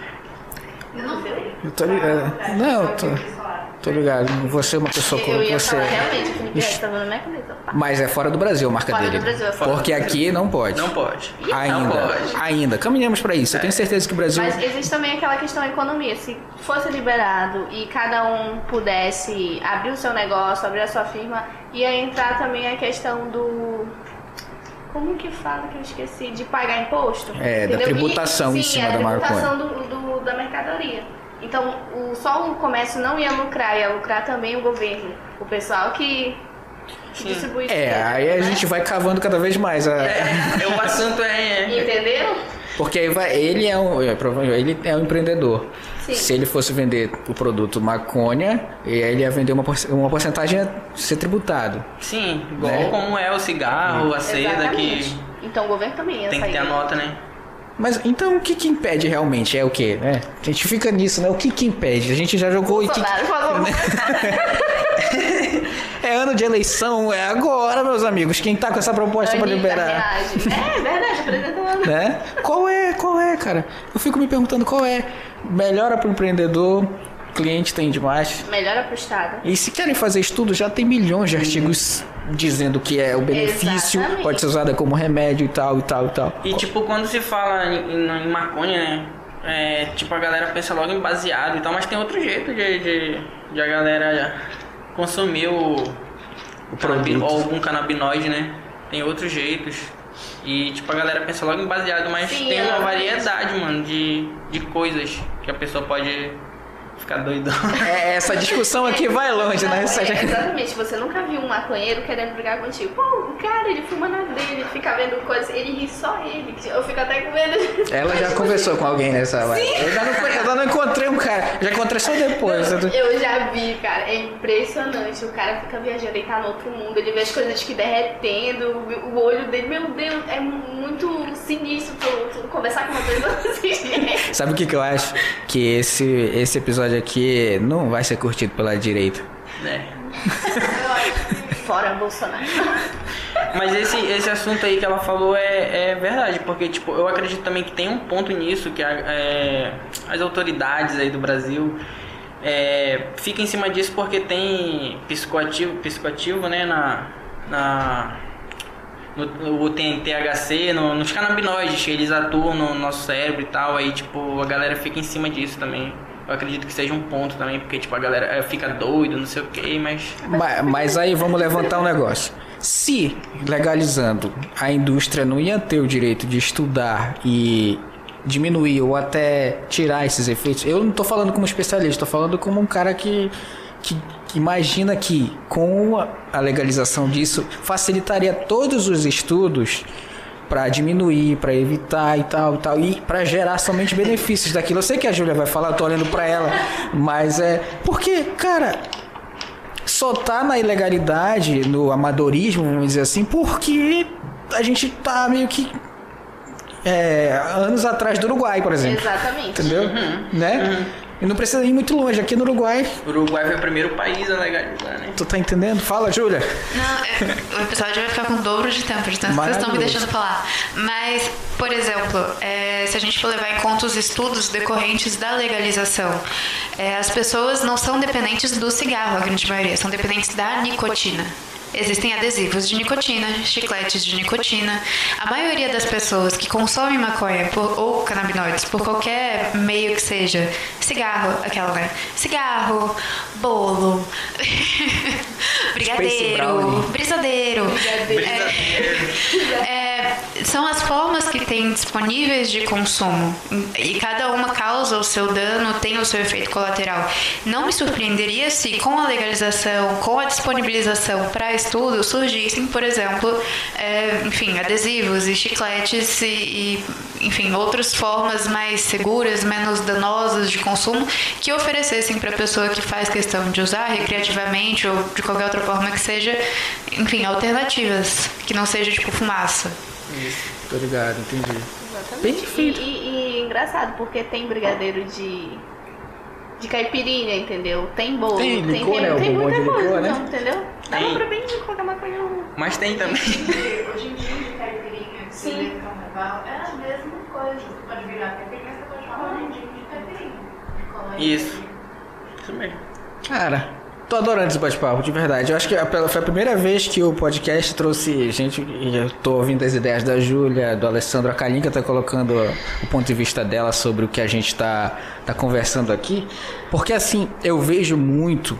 Speaker 5: Eu não fui.
Speaker 2: Eu tô
Speaker 4: tá
Speaker 2: ligado.
Speaker 4: é.
Speaker 5: pra faculdade,
Speaker 2: Não,
Speaker 5: só
Speaker 2: tô-
Speaker 5: que eles falaram.
Speaker 2: Tô ligado. Você é uma pessoa como
Speaker 1: Eu ia
Speaker 2: você.
Speaker 1: falar realmente, Felipe Ret tava na minha cabeça. Pá.
Speaker 2: Mas é fora do Brasil a marca
Speaker 1: Fora do
Speaker 2: dele.
Speaker 1: Brasil, é fora
Speaker 2: Porque
Speaker 1: do
Speaker 2: aqui não pode.
Speaker 3: Não pode. Não
Speaker 2: Ainda.
Speaker 3: pode.
Speaker 2: Ainda. Caminhamos pra isso. Eu tenho certeza que o Brasil.
Speaker 1: Mas existe também aquela questão da economia. Se fosse liberado e cada um pudesse abrir o seu negócio, abrir a sua firma, ia entrar também a questão do. Como que fala que eu esqueci? De pagar imposto?
Speaker 2: É, da tributação
Speaker 1: E-
Speaker 2: em
Speaker 1: sim,
Speaker 2: cima
Speaker 1: é,
Speaker 2: da maconha.
Speaker 1: tributação do, do- da mercadoria. Então, o, só o comércio não ia lucrar, ia lucrar também o governo. O pessoal que, que distribui isso
Speaker 2: É,
Speaker 1: tudo,
Speaker 2: aí a
Speaker 1: né?
Speaker 2: gente vai cavando cada vez mais. a-
Speaker 3: É, o assunto é.
Speaker 1: Entendeu?
Speaker 2: Porque aí vai, ele é um, é, prova- ele é um empreendedor.
Speaker 1: Sim.
Speaker 2: Se ele fosse vender o produto maconha, e aí ele ia vender uma, porce- uma porcentagem a ser tributado.
Speaker 3: Sim, igual
Speaker 2: Né?
Speaker 3: como é o cigarro, a seda que
Speaker 1: Exatamente. Então, o governo também ia
Speaker 3: tem que
Speaker 1: sair.
Speaker 3: ter a nota, né?
Speaker 2: Mas então o que que impede realmente? É o quê, né? A gente fica nisso, né? O que que impede? A gente já jogou... e que-
Speaker 1: Bolsonaro falou.
Speaker 2: É ano de eleição, é agora, meus amigos. Quem tá com essa proposta pra
Speaker 1: Anitta,
Speaker 2: liberar?
Speaker 1: reage. É verdade, apresentando.
Speaker 2: Né? Qual é? Qual é, cara? Eu fico me perguntando qual é. Melhora pro empreendedor, cliente tem demais.
Speaker 1: Melhora pro Estado.
Speaker 2: E se querem fazer estudo, já tem milhões de artigos dizendo que é o benefício,
Speaker 1: Exatamente. tipo,
Speaker 2: pode ser usada como remédio e tal, e tal, e tal.
Speaker 3: E tipo, quando se fala em, em- em maconha, né? é, tipo, a galera pensa logo em baseado e tal, mas tem outro jeito de, de, de a galera consumir o,
Speaker 6: O
Speaker 3: canabi-
Speaker 6: produto.
Speaker 3: ou algum canabinoide, né? Tem outros jeitos. E, tipo, a galera pensa logo em baseado, mas
Speaker 1: Sim, é,
Speaker 3: tem uma
Speaker 1: exatamente.
Speaker 3: variedade, mano, de, de coisas que a pessoa pode ficar doidona.
Speaker 2: É, essa discussão aqui vai longe, né? Essa
Speaker 1: É,
Speaker 2: gente-
Speaker 1: exatamente, você nunca viu um maconheiro querendo brigar contigo. Pô, o cara, ele fuma na dele, fica vendo coisas, ele ri só ele. Eu fico até com medo.
Speaker 2: Ela já conversou com alguém nessa hora. Eu ainda não, eu ainda não encontrei um cara. Já encontrei só depois. né?
Speaker 1: Eu já vi, cara, é impressionante. O cara fica viajando, ele tá no outro mundo, ele vê as coisas que derretendo, o olho dele, meu Deus, é muito sinistro tu, tu conversar com uma pessoa assim.
Speaker 2: Sabe o que, que eu acho? Que esse, esse episódio aqui não vai ser curtido pela direita.
Speaker 3: né?
Speaker 1: Fora Bolsonaro.
Speaker 3: Mas esse, esse assunto aí que ela falou é, é verdade, porque tipo, eu acredito também que tem um ponto nisso que a- é, as autoridades aí do Brasil é, ficam em cima disso porque tem psicoativo, psicoativo né, na, na, no, no tem THC, no- nos canabinoides, eles atuam no nosso cérebro e tal, aí tipo, a galera fica em cima disso também. Eu acredito que seja um ponto também, porque tipo, a galera é, fica doido, não sei o que, mas...
Speaker 2: Ma- Mas, aí vamos levantar um negócio. Se legalizando a indústria não ia ter o direito de estudar e diminuir ou até tirar esses efeitos, eu não tô falando como especialista, tô falando como um cara que, que, que imagina que com a legalização disso facilitaria todos os estudos para diminuir, para evitar e tal, e tal, e para gerar somente benefícios daquilo. Eu sei que a Júlia vai falar, eu tô olhando para ela, mas é porque, cara, só tá na ilegalidade, no amadorismo, vamos dizer assim, porque a gente tá meio que é, anos atrás do Uruguai, por exemplo.
Speaker 1: Exatamente.
Speaker 2: Entendeu? Né? E não precisa ir muito longe. Aqui no Uruguai,
Speaker 3: O Uruguai foi o primeiro país a legalizar, né?
Speaker 2: tu tá entendendo? Fala, Júlia.
Speaker 4: Não, é- o episódio vai ficar com o dobro de tempo, de tanto que vocês estão me
Speaker 2: Maravilhoso.
Speaker 4: deixando falar. Mas, por exemplo, é, se a gente for levar em conta os estudos decorrentes da legalização, é, as pessoas não são dependentes do cigarro, a grande maioria, são dependentes da nicotina. Existem adesivos de nicotina, chicletes de nicotina. A maioria das pessoas que consomem maconha por- ou canabinoides por qualquer meio que seja, cigarro, aquela, né? Cigarro, bolo,
Speaker 2: Space
Speaker 4: brigadeiro,
Speaker 2: brownie.
Speaker 4: brisadeiro. É, são as formas que tem disponíveis de consumo e cada uma causa o seu dano, tem o seu efeito colateral. Não me surpreenderia se com a legalização, com a disponibilização para estudo surgissem, por exemplo, é, enfim, adesivos e chicletes e, e, enfim, outras formas mais seguras, menos danosas de consumo que oferecessem para a pessoa que faz questão de usar recreativamente ou de qualquer outra forma que seja, enfim, alternativas, que não seja tipo fumaça.
Speaker 2: Tô ligado, entendi.
Speaker 1: Perfeito. E, e engraçado, porque tem brigadeiro de. De caipirinha, entendeu? Tem bolo.
Speaker 2: Tem licor,
Speaker 1: tem,
Speaker 2: né? O
Speaker 1: tem
Speaker 2: bombom
Speaker 1: muita
Speaker 2: de
Speaker 1: coisa,
Speaker 2: licor, né?
Speaker 1: então, entendeu? Dá
Speaker 3: Tem.
Speaker 1: pra bem de colocar maconha. no-
Speaker 3: Mas tem também.
Speaker 5: Hoje em dia, de caipirinha, que você vê no carnaval, é a mesma coisa. Você pode virar caipirinha, você pode chamar um gin de caipirinha. Coloca
Speaker 3: Isso.
Speaker 5: aí.
Speaker 3: Isso mesmo.
Speaker 2: Cara, tô adorando esse bate-papo, de verdade. Eu acho que a- pela- foi a primeira vez que o podcast trouxe gente. e Eu tô ouvindo as ideias da Júlia, do Alessandro Acalinca, tá colocando o ponto de vista dela sobre o que a gente tá, tá conversando aqui. Porque assim, eu vejo muito.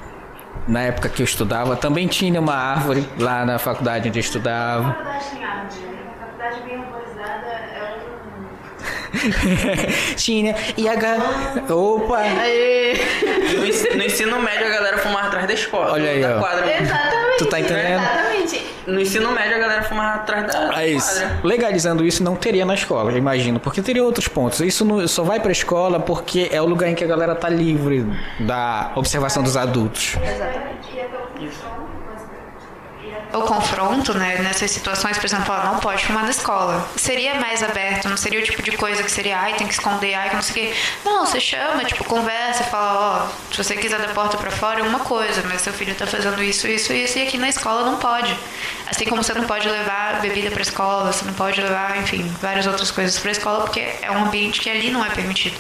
Speaker 2: Na época que eu estudava, também tinha uma árvore lá na faculdade onde eu
Speaker 5: A
Speaker 2: estudava.
Speaker 5: faculdade tem arte, né? A faculdade bem arborizada é um...
Speaker 2: tinha. E a. ga- Opa!
Speaker 3: E No ens- no ensino médio a galera fumava atrás da escola.
Speaker 2: Olha aí,
Speaker 3: da
Speaker 2: ó.
Speaker 3: quadra.
Speaker 1: Exatamente.
Speaker 2: Tu tá entendendo?
Speaker 1: Exatamente.
Speaker 3: No ensino médio a galera fumava atrás da da
Speaker 2: É isso.
Speaker 3: quadra.
Speaker 2: Legalizando isso não teria na escola, eu imagino, porque teria outros pontos. Isso não- só vai pra escola porque é o lugar em que a galera tá livre da observação dos adultos.
Speaker 1: Exatamente.
Speaker 5: E é pelo função, mas... E é
Speaker 4: O confronto, né, nessas situações, por exemplo, ó, não pode fumar na escola. Seria mais aberto, não seria o tipo de coisa que seria, ai, tem que esconder, ai, que não sei o quê. Não, você chama, tipo, conversa, fala, ó, se você quiser da porta pra fora é uma coisa, mas seu filho tá fazendo isso, isso, isso, e aqui na escola não pode. Assim como você não pode levar bebida pra escola, você não pode levar, enfim, várias outras coisas pra escola, porque é um ambiente que ali não é permitido.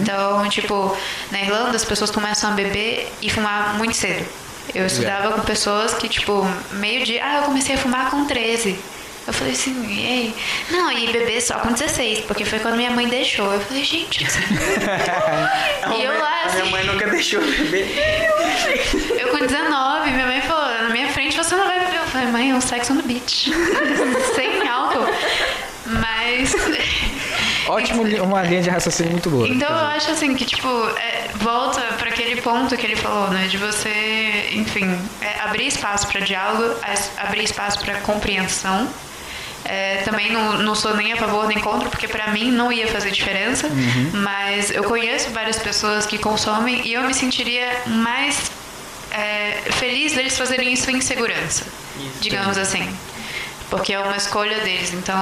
Speaker 4: Então, tipo, na Irlanda as pessoas começam a beber e fumar muito cedo. Eu estudava com pessoas que, tipo, meio dia, ah, eu comecei a fumar com 13. Eu falei assim, ei. Não, e bebê só com 16, porque foi quando minha mãe deixou. Eu falei, gente. assim, e eu lá,
Speaker 3: A minha
Speaker 4: assim,
Speaker 3: mãe nunca deixou eu beber.
Speaker 4: eu com 19, minha mãe falou, na minha frente você não vai beber. Eu falei, mãe, é um sexo no beach. Sem álcool. Mas.
Speaker 2: Ótimo, li- uma linha de raciocínio muito boa.
Speaker 4: Então eu acho assim que, tipo, é, volta para aquele ponto que ele falou, né? De você, enfim, é, abrir espaço para diálogo, as- abrir espaço para compreensão. É, também não, não sou nem a favor nem contra, porque para mim não ia fazer diferença. Mas eu conheço várias pessoas que consomem e eu me sentiria mais é, feliz deles fazerem isso em segurança, digamos assim. Porque é uma escolha deles. Então,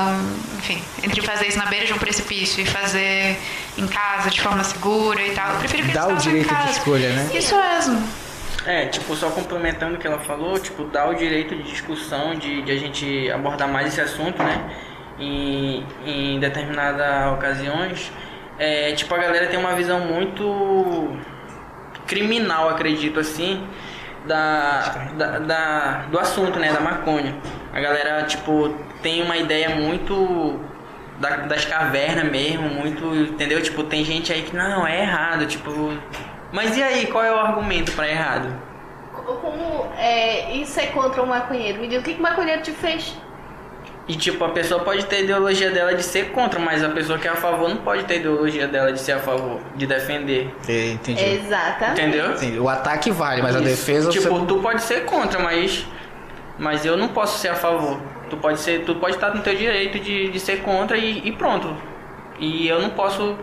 Speaker 4: enfim, entre fazer isso na beira de um precipício e fazer em casa de forma segura e tal, eu prefiro que
Speaker 2: Dá o
Speaker 4: eles façam em
Speaker 2: direito de
Speaker 4: casa.
Speaker 2: escolha, né?
Speaker 4: Isso mesmo.
Speaker 3: É, tipo, só complementando o que ela falou, tipo, dá o direito de discussão, de, de a gente abordar mais esse assunto, né? Em, em determinadas ocasiões. É, tipo, a galera tem uma visão muito criminal, acredito assim, da, da, da- do assunto, né? Da maconha. A galera, tipo, tem uma ideia muito da- das cavernas mesmo, muito, entendeu? Tipo, tem gente aí que, não, é errado, tipo... Mas e aí, qual é o argumento pra errado?
Speaker 1: Como é, isso é contra o maconheiro? Me diz, o que, que o maconheiro te fez?
Speaker 3: E tipo, a pessoa pode ter a ideologia dela de ser contra, mas a pessoa que é a favor não pode ter a ideologia dela de ser a favor, de defender.
Speaker 2: É, Entendi.
Speaker 1: Exatamente.
Speaker 3: Entendeu?
Speaker 2: Entendi. O ataque vale, mas a
Speaker 3: Isso.
Speaker 2: defesa.
Speaker 3: Tipo,
Speaker 2: você-
Speaker 3: tu pode ser contra, mas. Mas eu não posso ser a favor. Tu pode ser. Tu pode estar no teu direito de, de ser contra e, e pronto. E eu não posso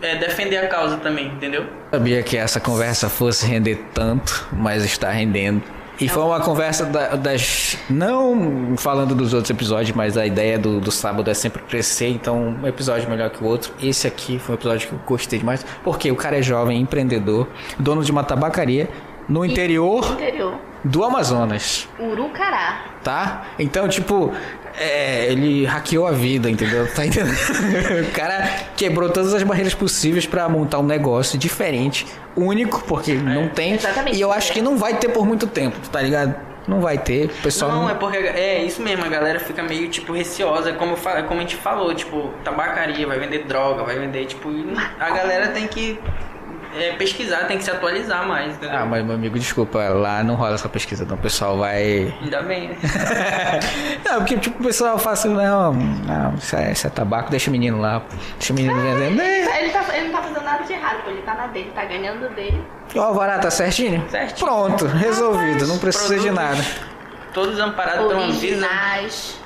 Speaker 3: é, defender a causa também, entendeu?
Speaker 2: sabia que essa conversa fosse render tanto, mas está rendendo. E foi uma conversa da- das. Não falando dos outros episódios, mas a ideia do, do sábado é sempre crescer, então um episódio melhor que o outro. Esse aqui foi um episódio que eu gostei demais, porque o cara é jovem, empreendedor, dono de uma tabacaria no interior
Speaker 1: Interior.
Speaker 2: do Amazonas,
Speaker 1: Urucará.
Speaker 2: tá? Então, tipo, é, ele hackeou a vida, entendeu? Tá entendendo? o cara quebrou todas as barreiras possíveis pra montar um negócio diferente, único, porque
Speaker 3: É,
Speaker 2: não tem.
Speaker 1: Exatamente.
Speaker 2: E eu acho que não vai ter por muito tempo, tá ligado? Não vai ter, o pessoal
Speaker 3: não,
Speaker 2: não-
Speaker 3: é porque é isso mesmo, a galera fica meio tipo receosa, como, eu fa- como a gente falou, tipo, tabacaria, vai vender droga, vai vender, tipo, e a galera tem que é, pesquisar, tem que se atualizar mais, entendeu?
Speaker 2: Ah, mas meu amigo, desculpa, lá não rola essa pesquisa, não. O pessoal vai.
Speaker 3: Ainda bem, né?
Speaker 2: não, porque tipo, o pessoal fala assim, não, não, isso é, isso é tabaco, deixa o menino lá, pô. deixa o menino vender. Né?
Speaker 1: Ele, tá- ele não tá fazendo nada de errado, pô. ele tá na dele, tá ganhando dele.
Speaker 2: Ó, o vará tá certinho?
Speaker 3: Certinho.
Speaker 2: Pronto, resolvido, não precisa de
Speaker 3: Produtos
Speaker 2: nada.
Speaker 3: Todos
Speaker 2: Ah,
Speaker 3: amparados pela Anvisa.
Speaker 1: Originais.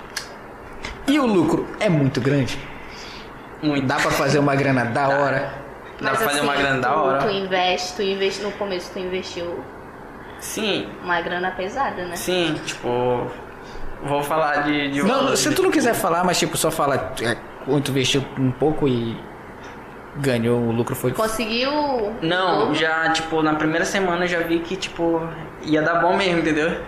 Speaker 2: E o lucro é muito grande.
Speaker 3: Muito.
Speaker 2: Dá pra fazer uma grana da hora.
Speaker 3: Dá pra
Speaker 1: Mas,
Speaker 3: fazer uma
Speaker 1: assim,
Speaker 3: grana da
Speaker 1: tu-
Speaker 3: hora.
Speaker 1: Tu investe, tu investe, no começo tu investiu
Speaker 3: Sim,
Speaker 1: uma grana pesada, né?
Speaker 3: sim, tipo. Vou falar de. de
Speaker 2: Não,
Speaker 3: valor,
Speaker 2: se
Speaker 3: né?
Speaker 2: tu não quiser falar, mas tipo, só fala é, quanto investiu um pouco e ganhou, o lucro foi.
Speaker 1: Conseguiu.
Speaker 3: Não, já, tipo, na primeira semana eu já vi que, tipo, ia dar bom mesmo, entendeu?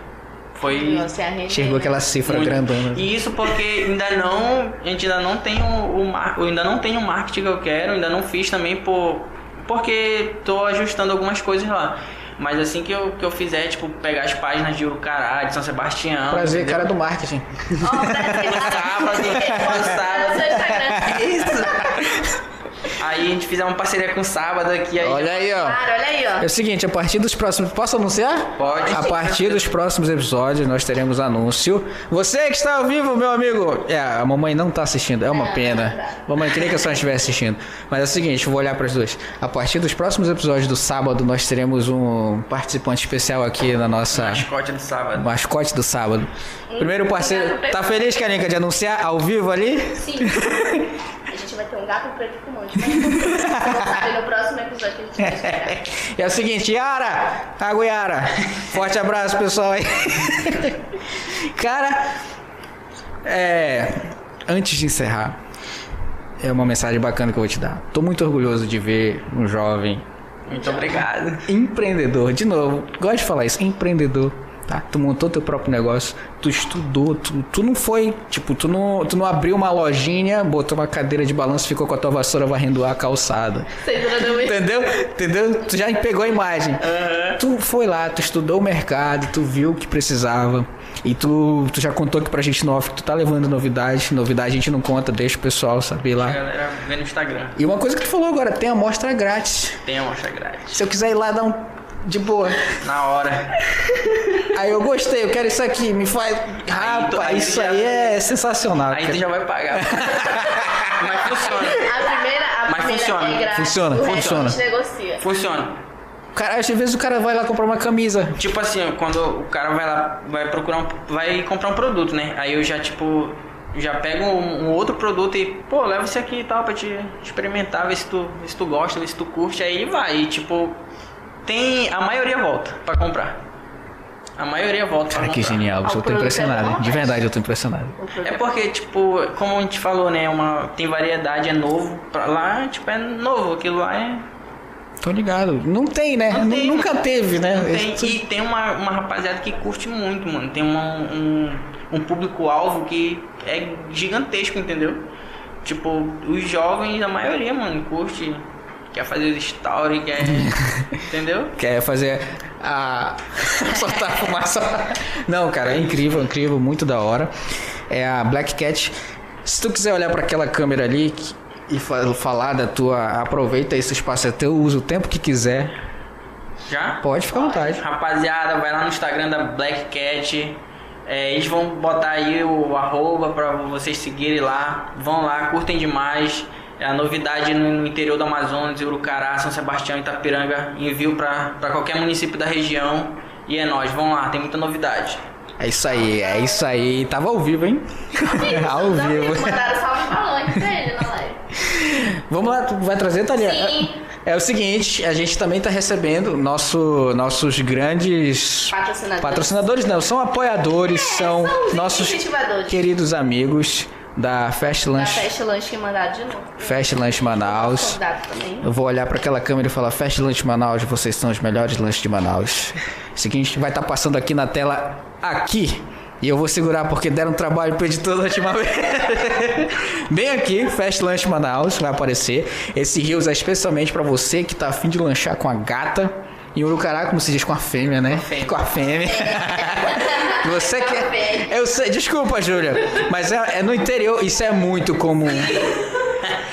Speaker 3: Foi.
Speaker 1: Você arrendou.
Speaker 2: Chegou aquela cifra
Speaker 3: Muito.
Speaker 2: grandona.
Speaker 3: E isso porque ainda não, a gente ainda não tem o, o mar, eu ainda não tenho o marketing que eu quero, ainda não fiz também por porque tô ajustando algumas coisas lá. Mas assim que eu, que eu fizer, tipo, pegar as páginas de Urucará, de São Sebastião.
Speaker 2: Prazer,
Speaker 3: entendeu?
Speaker 2: cara do marketing.
Speaker 1: Ó, parece que tá-
Speaker 3: Sábado, no
Speaker 1: tá no seu
Speaker 3: sábado.
Speaker 1: Instagram.
Speaker 3: né? Aí a gente fizer uma parceria com o sábado aqui, aí
Speaker 2: Olha aí, ó.
Speaker 1: Claro, olha aí, ó.
Speaker 2: É o seguinte, a partir dos próximos. Posso anunciar?
Speaker 3: Pode.
Speaker 2: A partir dos próximos episódios nós teremos anúncio. Você que está ao vivo, meu amigo. É, a mamãe não está assistindo, é uma pena. Mamãe queria que a senhora estivesse assistindo. Mas é o seguinte, eu vou olhar para as duas. A partir dos próximos episódios do sábado nós teremos um participante especial aqui na nossa
Speaker 3: é mascote do sábado.
Speaker 2: mascote do sábado. Primeiro parceiro, tá feliz, Carinca, de anunciar ao vivo ali?
Speaker 1: Sim. A gente vai ter um gato preto com um monte. né? Vocês vão saber no próximo episódio que a gente vai esperar.
Speaker 2: É o seguinte, Yara, Água Yara, forte abraço pessoal aí. Cara, é, antes de encerrar, é uma mensagem bacana que eu vou te dar. Tô muito orgulhoso de ver um jovem
Speaker 3: Muito obrigado.
Speaker 2: empreendedor, de novo, gosto de falar isso, empreendedor, tá? Tu montou teu próprio negócio, tu estudou, tu, tu não foi, tipo, tu não, tu não abriu uma lojinha, botou uma cadeira de balanço, ficou com a tua vassoura varrendo a calçada.
Speaker 1: Sem dúvida nenhuma.
Speaker 2: Entendeu? Entendeu? Tu já pegou a imagem. Tu foi lá, tu estudou o mercado, tu viu o que precisava. E tu, tu já contou aqui pra gente no off que tu tá levando novidade. Novidade a gente não conta, deixa o pessoal saber
Speaker 3: A
Speaker 2: lá.
Speaker 3: galera vê no Instagram.
Speaker 2: E uma coisa que tu falou agora, tem amostra grátis.
Speaker 3: Tem amostra grátis.
Speaker 2: Se eu quiser ir lá dar um. De boa.
Speaker 3: Na hora.
Speaker 2: Aí eu gostei, eu quero isso aqui, me faz.
Speaker 3: tu- aí
Speaker 2: Rapaz,
Speaker 3: tu
Speaker 2: isso
Speaker 3: já-
Speaker 2: aí é sensacional.
Speaker 3: Aí
Speaker 2: cara.
Speaker 3: tu já vai pagar. Mas funciona.
Speaker 1: A primeira, a
Speaker 3: Mas
Speaker 1: primeira
Speaker 3: funciona,
Speaker 1: é grátis.
Speaker 2: funciona,
Speaker 1: o resto
Speaker 2: funciona.
Speaker 1: A gente negocia.
Speaker 3: Funciona.
Speaker 2: Caralho, às vezes o cara vai lá comprar uma camisa.
Speaker 3: Tipo assim, quando o cara vai lá, vai procurar um, vai comprar um produto, né? Aí eu já, tipo, já pego um, um outro produto e, pô, leva esse aqui e tal pra te experimentar, ver se tu, ver se tu gosta, ver se tu curte. Aí vai, e, tipo, tem. A maioria volta pra comprar. A maioria volta
Speaker 2: Cara,
Speaker 3: pra
Speaker 2: que
Speaker 3: comprar.
Speaker 2: genial,
Speaker 1: Ah, o
Speaker 2: eu tô
Speaker 1: produto é bom,
Speaker 2: impressionado. De
Speaker 1: mas-
Speaker 2: verdade, eu tô impressionado.
Speaker 1: O
Speaker 3: É
Speaker 1: programa.
Speaker 3: porque, tipo, como a gente falou, né? Uma, tem variedade, é novo. Pra lá, tipo, é novo. Aquilo lá é.
Speaker 2: Tô ligado. Não tem, né?
Speaker 3: Não
Speaker 2: Nu-
Speaker 3: tem,
Speaker 2: Nunca
Speaker 3: mano.
Speaker 2: teve, né?
Speaker 3: Não tem.
Speaker 2: Isso-
Speaker 3: E tem uma, uma rapaziada que curte muito, mano. Tem uma- um, um público-alvo que é gigantesco, entendeu? Tipo, os jovens, a maioria, mano, curte. Quer fazer os stories, quer. entendeu?
Speaker 2: Quer é fazer a. soltar a fumaça. Não, cara, é incrível, incrível, muito da hora. É a Black Cat. Se tu quiser olhar para aquela câmera ali que- e fa- falar da tua. Aproveita esse espaço é teu, usa o tempo que quiser.
Speaker 3: Já?
Speaker 2: Pode ficar à vontade.
Speaker 3: Rapaziada, vai lá no Instagram da Black Cat. É, eles vão botar aí o arroba pra vocês seguirem lá. Vão lá, curtem demais. É a novidade no, no interior do Amazonas, Urucará, São Sebastião, Itapiranga. Envio pra, pra qualquer município da região. E é nóis, vão lá, tem muita novidade.
Speaker 2: É isso aí, é isso aí. Tava ao vivo, hein? É ao
Speaker 1: Os amigos
Speaker 2: vivo.
Speaker 1: Mandaram salve falando pra ele na live.
Speaker 2: Vamos lá, tu vai trazer, Thalia?
Speaker 1: Sim.
Speaker 2: É o seguinte, a gente também está recebendo nosso, nossos grandes
Speaker 1: Patrocinadores. É,
Speaker 2: patrocinadores, não, são apoiadores, são,
Speaker 1: são os
Speaker 2: nossos
Speaker 1: incentivadores.
Speaker 2: queridos amigos da Fast
Speaker 1: Na
Speaker 2: Lunch,
Speaker 1: festa tá lanche que mandaram de novo.
Speaker 2: Fast Lunch Manaus.
Speaker 1: Convidado também.
Speaker 2: Eu vou olhar para aquela câmera e falar: Fast Lunch Manaus, vocês são os melhores lanches de Manaus. É Seguinte, vai estar passando aqui na tela, aqui. E eu vou segurar porque deram trabalho pro editor da última vez. Bem aqui, Fast Lunch Manaus vai aparecer. Esse rios é especialmente para você que tá afim de lanchar com a gata. Em Urucará, como se diz, com a fêmea, né?
Speaker 3: fêmea.
Speaker 2: Com a fêmea.
Speaker 1: Tá
Speaker 2: Você que. Eu sei, desculpa, Júlia. Mas é, é no interior, isso é muito comum.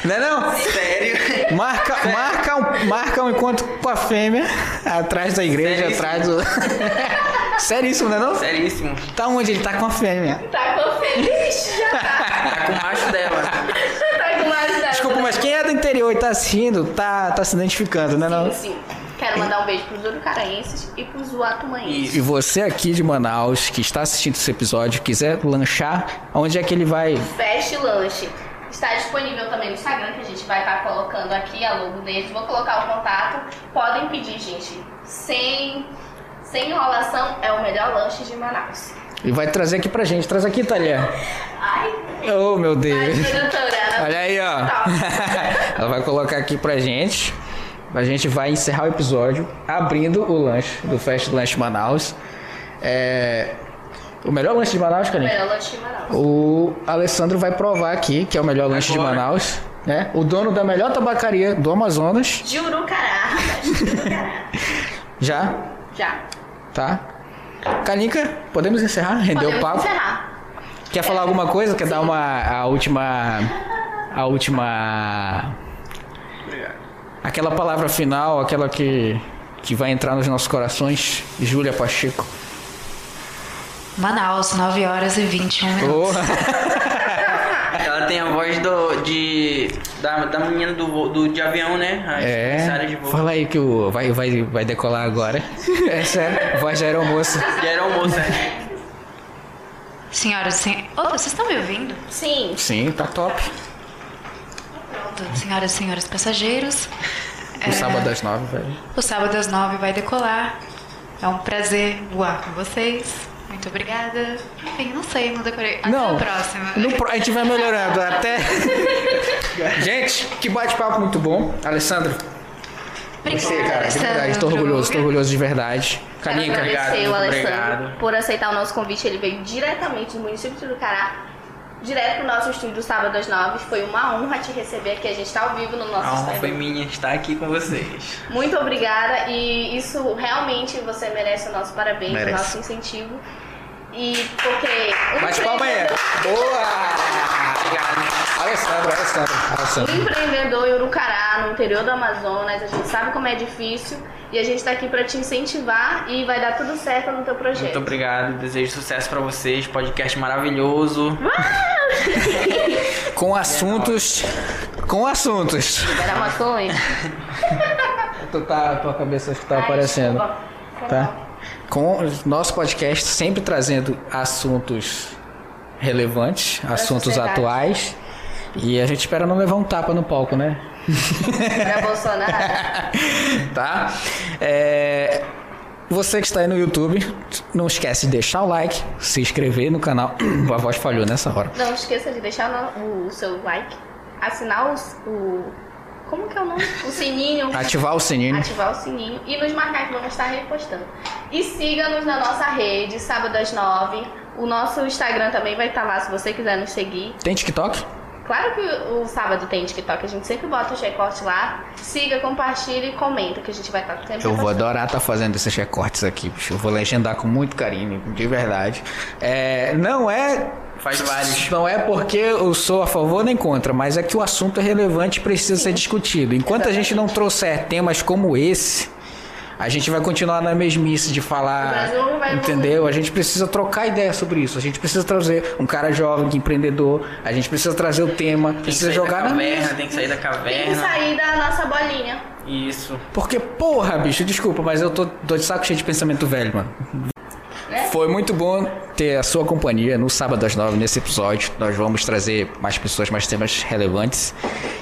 Speaker 2: Não é não?
Speaker 3: Sério?
Speaker 2: Marca, marca, um, marca um encontro com a fêmea atrás da igreja,
Speaker 3: Seríssimo.
Speaker 2: atrás do. Seríssimo, não é não?
Speaker 3: Seríssimo.
Speaker 2: Tá onde ele tá com a fêmea?
Speaker 1: Tá com feliz? Já
Speaker 3: Tá com o macho dela.
Speaker 1: tá com mais da-
Speaker 2: Desculpa, mas quem é do interior e tá se rindo, tá, tá se identificando, né não?
Speaker 1: Sim, Tipo Quero mandar um beijo pros urucaraenses e pros uatumanhenses.
Speaker 2: E você aqui de Manaus, que está assistindo esse episódio, quiser lanchar, onde é que ele vai?
Speaker 1: Fast Lanche. Está disponível também no Instagram, que a gente vai estar colocando aqui a logo deles. Vou colocar o contato. Podem pedir, gente. Sem, sem enrolação, é o melhor lanche de Manaus.
Speaker 2: E vai trazer aqui pra gente. Traz aqui, Thalia.
Speaker 1: Ai,
Speaker 2: Oh, meu
Speaker 1: ai,
Speaker 2: Deus.
Speaker 1: diretora.
Speaker 2: Olha aí, ó.
Speaker 1: Top.
Speaker 2: Ela vai colocar aqui pra gente. A gente vai encerrar o episódio abrindo o lanche do Fast Lanche Manaus. É... O melhor lanche de Manaus,
Speaker 1: O
Speaker 2: Carinha?
Speaker 1: melhor lanche de Manaus.
Speaker 2: O Alessandro vai provar aqui que é o melhor lanche de
Speaker 3: Agora.
Speaker 2: Manaus. Né? O dono da melhor tabacaria do Amazonas.
Speaker 1: De Urucará.
Speaker 2: Já,
Speaker 1: Já.
Speaker 2: tá? Kalinka, podemos encerrar? Rendeu o
Speaker 1: Podemos
Speaker 2: papo?
Speaker 1: encerrar.
Speaker 2: Quer falar alguma coisa? Quer dar uma. A última. A última.
Speaker 3: Obrigado.
Speaker 2: Aquela palavra final, aquela que, que vai entrar nos nossos corações, Júlia Pacheco.
Speaker 4: Manaus, 9 horas e 21 minutos.
Speaker 2: Oh,
Speaker 3: Ela tem a voz do, de, da, da menina do, voo- do, de avião, né? A
Speaker 2: é.
Speaker 3: de voo.
Speaker 2: Fala aí que o vai, vai, vai decolar agora. É sério, voz de aeromoça.
Speaker 3: De aeromoça, né?
Speaker 4: Senhoras e sen... Opa, vocês estão me ouvindo?
Speaker 1: Sim.
Speaker 2: Sim, tá top.
Speaker 4: Pronto, Senhoras e senhores passageiros, É.
Speaker 2: O sábado é- às nove, velho.
Speaker 4: o sábado às 9 vai decolar. É um prazer voar com vocês. Muito obrigada. Enfim, não sei, não decorei. Até
Speaker 2: Não,
Speaker 4: a próxima.
Speaker 2: no pro- a gente vai melhorando até. gente, que bate-papo muito bom. Alessandro,
Speaker 4: Obrigada,
Speaker 2: Você, cara, de
Speaker 4: Alessandro
Speaker 2: verdade, tô orgulhoso, tô
Speaker 4: Madruga.
Speaker 2: orgulhoso de verdade.
Speaker 1: Quero
Speaker 3: Carinha encarregada,
Speaker 1: agradecer o
Speaker 3: muito
Speaker 1: Alessandro
Speaker 3: obrigado.
Speaker 1: por aceitar o nosso convite. Ele veio diretamente do município de Urucará, direto pro nosso estúdio sábado às nove. Foi uma honra te receber aqui. A gente tá ao vivo no nosso
Speaker 3: A honra
Speaker 1: estúdio.
Speaker 3: foi minha estar aqui com vocês.
Speaker 1: Muito obrigada e isso realmente você merece o nosso parabéns,
Speaker 2: Merece.
Speaker 1: o nosso incentivo. E porque um
Speaker 2: Bate palma aí.
Speaker 1: empreendedor-
Speaker 2: Boa!
Speaker 3: Obrigado.
Speaker 2: Alessandro, Alessandro, Alessandro.
Speaker 1: um empreendedor em Urucará, no interior do Amazonas, a gente sabe como é difícil e a gente tá aqui pra te incentivar e vai dar tudo certo no teu projeto.
Speaker 3: Muito obrigado, desejo sucesso pra vocês, podcast maravilhoso.
Speaker 2: Com assuntos. Com assuntos.
Speaker 1: Era maconha.
Speaker 2: Tu tá, tua cabeça acho que tá
Speaker 1: Ai,
Speaker 2: aparecendo.
Speaker 1: desculpa.
Speaker 2: Tá? Com o nosso podcast sempre trazendo assuntos relevantes, assuntos
Speaker 1: sociedade.
Speaker 2: atuais. E a gente espera não levar um tapa no palco, né?
Speaker 1: Era Bolsonaro.
Speaker 2: tá? É, Você que está aí no YouTube, não esquece de deixar o like, se inscrever no canal. A voz falhou nessa hora.
Speaker 1: Não esqueça de deixar no- o seu like, assinar os- o. Como que é o nome? O sininho.
Speaker 2: Ativar o sininho.
Speaker 1: Ativar o sininho e nos marcar que vamos estar repostando. E siga-nos na nossa rede, sábado às 9. O nosso Instagram também vai estar lá se você quiser nos seguir.
Speaker 2: Tem TikTok?
Speaker 1: Claro que o sábado tem TikTok, a gente sempre bota os recortes lá. Siga, compartilha e comenta que a gente vai estar sempre.
Speaker 2: Eu vou
Speaker 1: repostando.
Speaker 2: adorar estar fazendo esses recortes aqui, bicho. Eu vou legendar com muito carinho, de verdade. É, não é.
Speaker 3: Faz vários.
Speaker 2: Não é porque eu sou a favor nem contra, mas é que o assunto é relevante e precisa ser discutido. Enquanto a gente não trouxer temas como esse, a gente vai continuar na mesmice de
Speaker 1: O
Speaker 2: falar.
Speaker 1: Brasil não vai
Speaker 2: Entendeu? A gente precisa trocar ideia sobre isso. A gente precisa trazer um cara jovem, que empreendedor. A gente precisa trazer o tema.
Speaker 3: Tem que
Speaker 2: Precisa
Speaker 3: sair
Speaker 2: jogar
Speaker 3: da
Speaker 2: na
Speaker 3: caverna,
Speaker 2: mesa.
Speaker 3: tem que sair da
Speaker 1: Tem que
Speaker 3: caverna.
Speaker 1: sair da nossa bolinha.
Speaker 3: Isso.
Speaker 2: Porque, porra, bicho, desculpa, mas eu tô, tô de saco cheio de pensamento velho, mano.
Speaker 1: Né?
Speaker 2: Foi muito bom ter a sua companhia no sábado às nove nesse episódio. Nós vamos trazer mais pessoas, mais temas relevantes.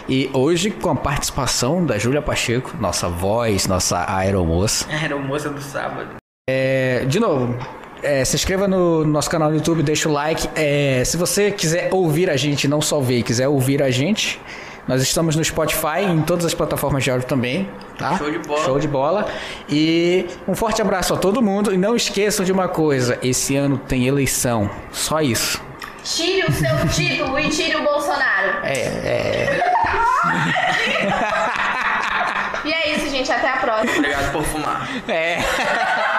Speaker 2: E hoje, com a participação da Júlia Pacheco, nossa voz, nossa aeromoça.
Speaker 3: Era o moça do sábado.
Speaker 2: É, de novo, é, se inscreva no nosso canal no YouTube, deixa o like. É, se você quiser ouvir a gente, não só ver, quiser ouvir a gente, nós estamos no Spotify, em todas as plataformas de áudio também, tá?
Speaker 3: Show de bola.
Speaker 2: Show de bola. E um forte abraço a todo mundo. E não esqueçam de uma coisa: esse ano tem eleição. Só isso.
Speaker 1: Tire o seu título e tire o Bolsonaro.
Speaker 2: É, é.
Speaker 1: E é isso, gente. Até a próxima.
Speaker 3: Obrigado por fumar.
Speaker 2: é.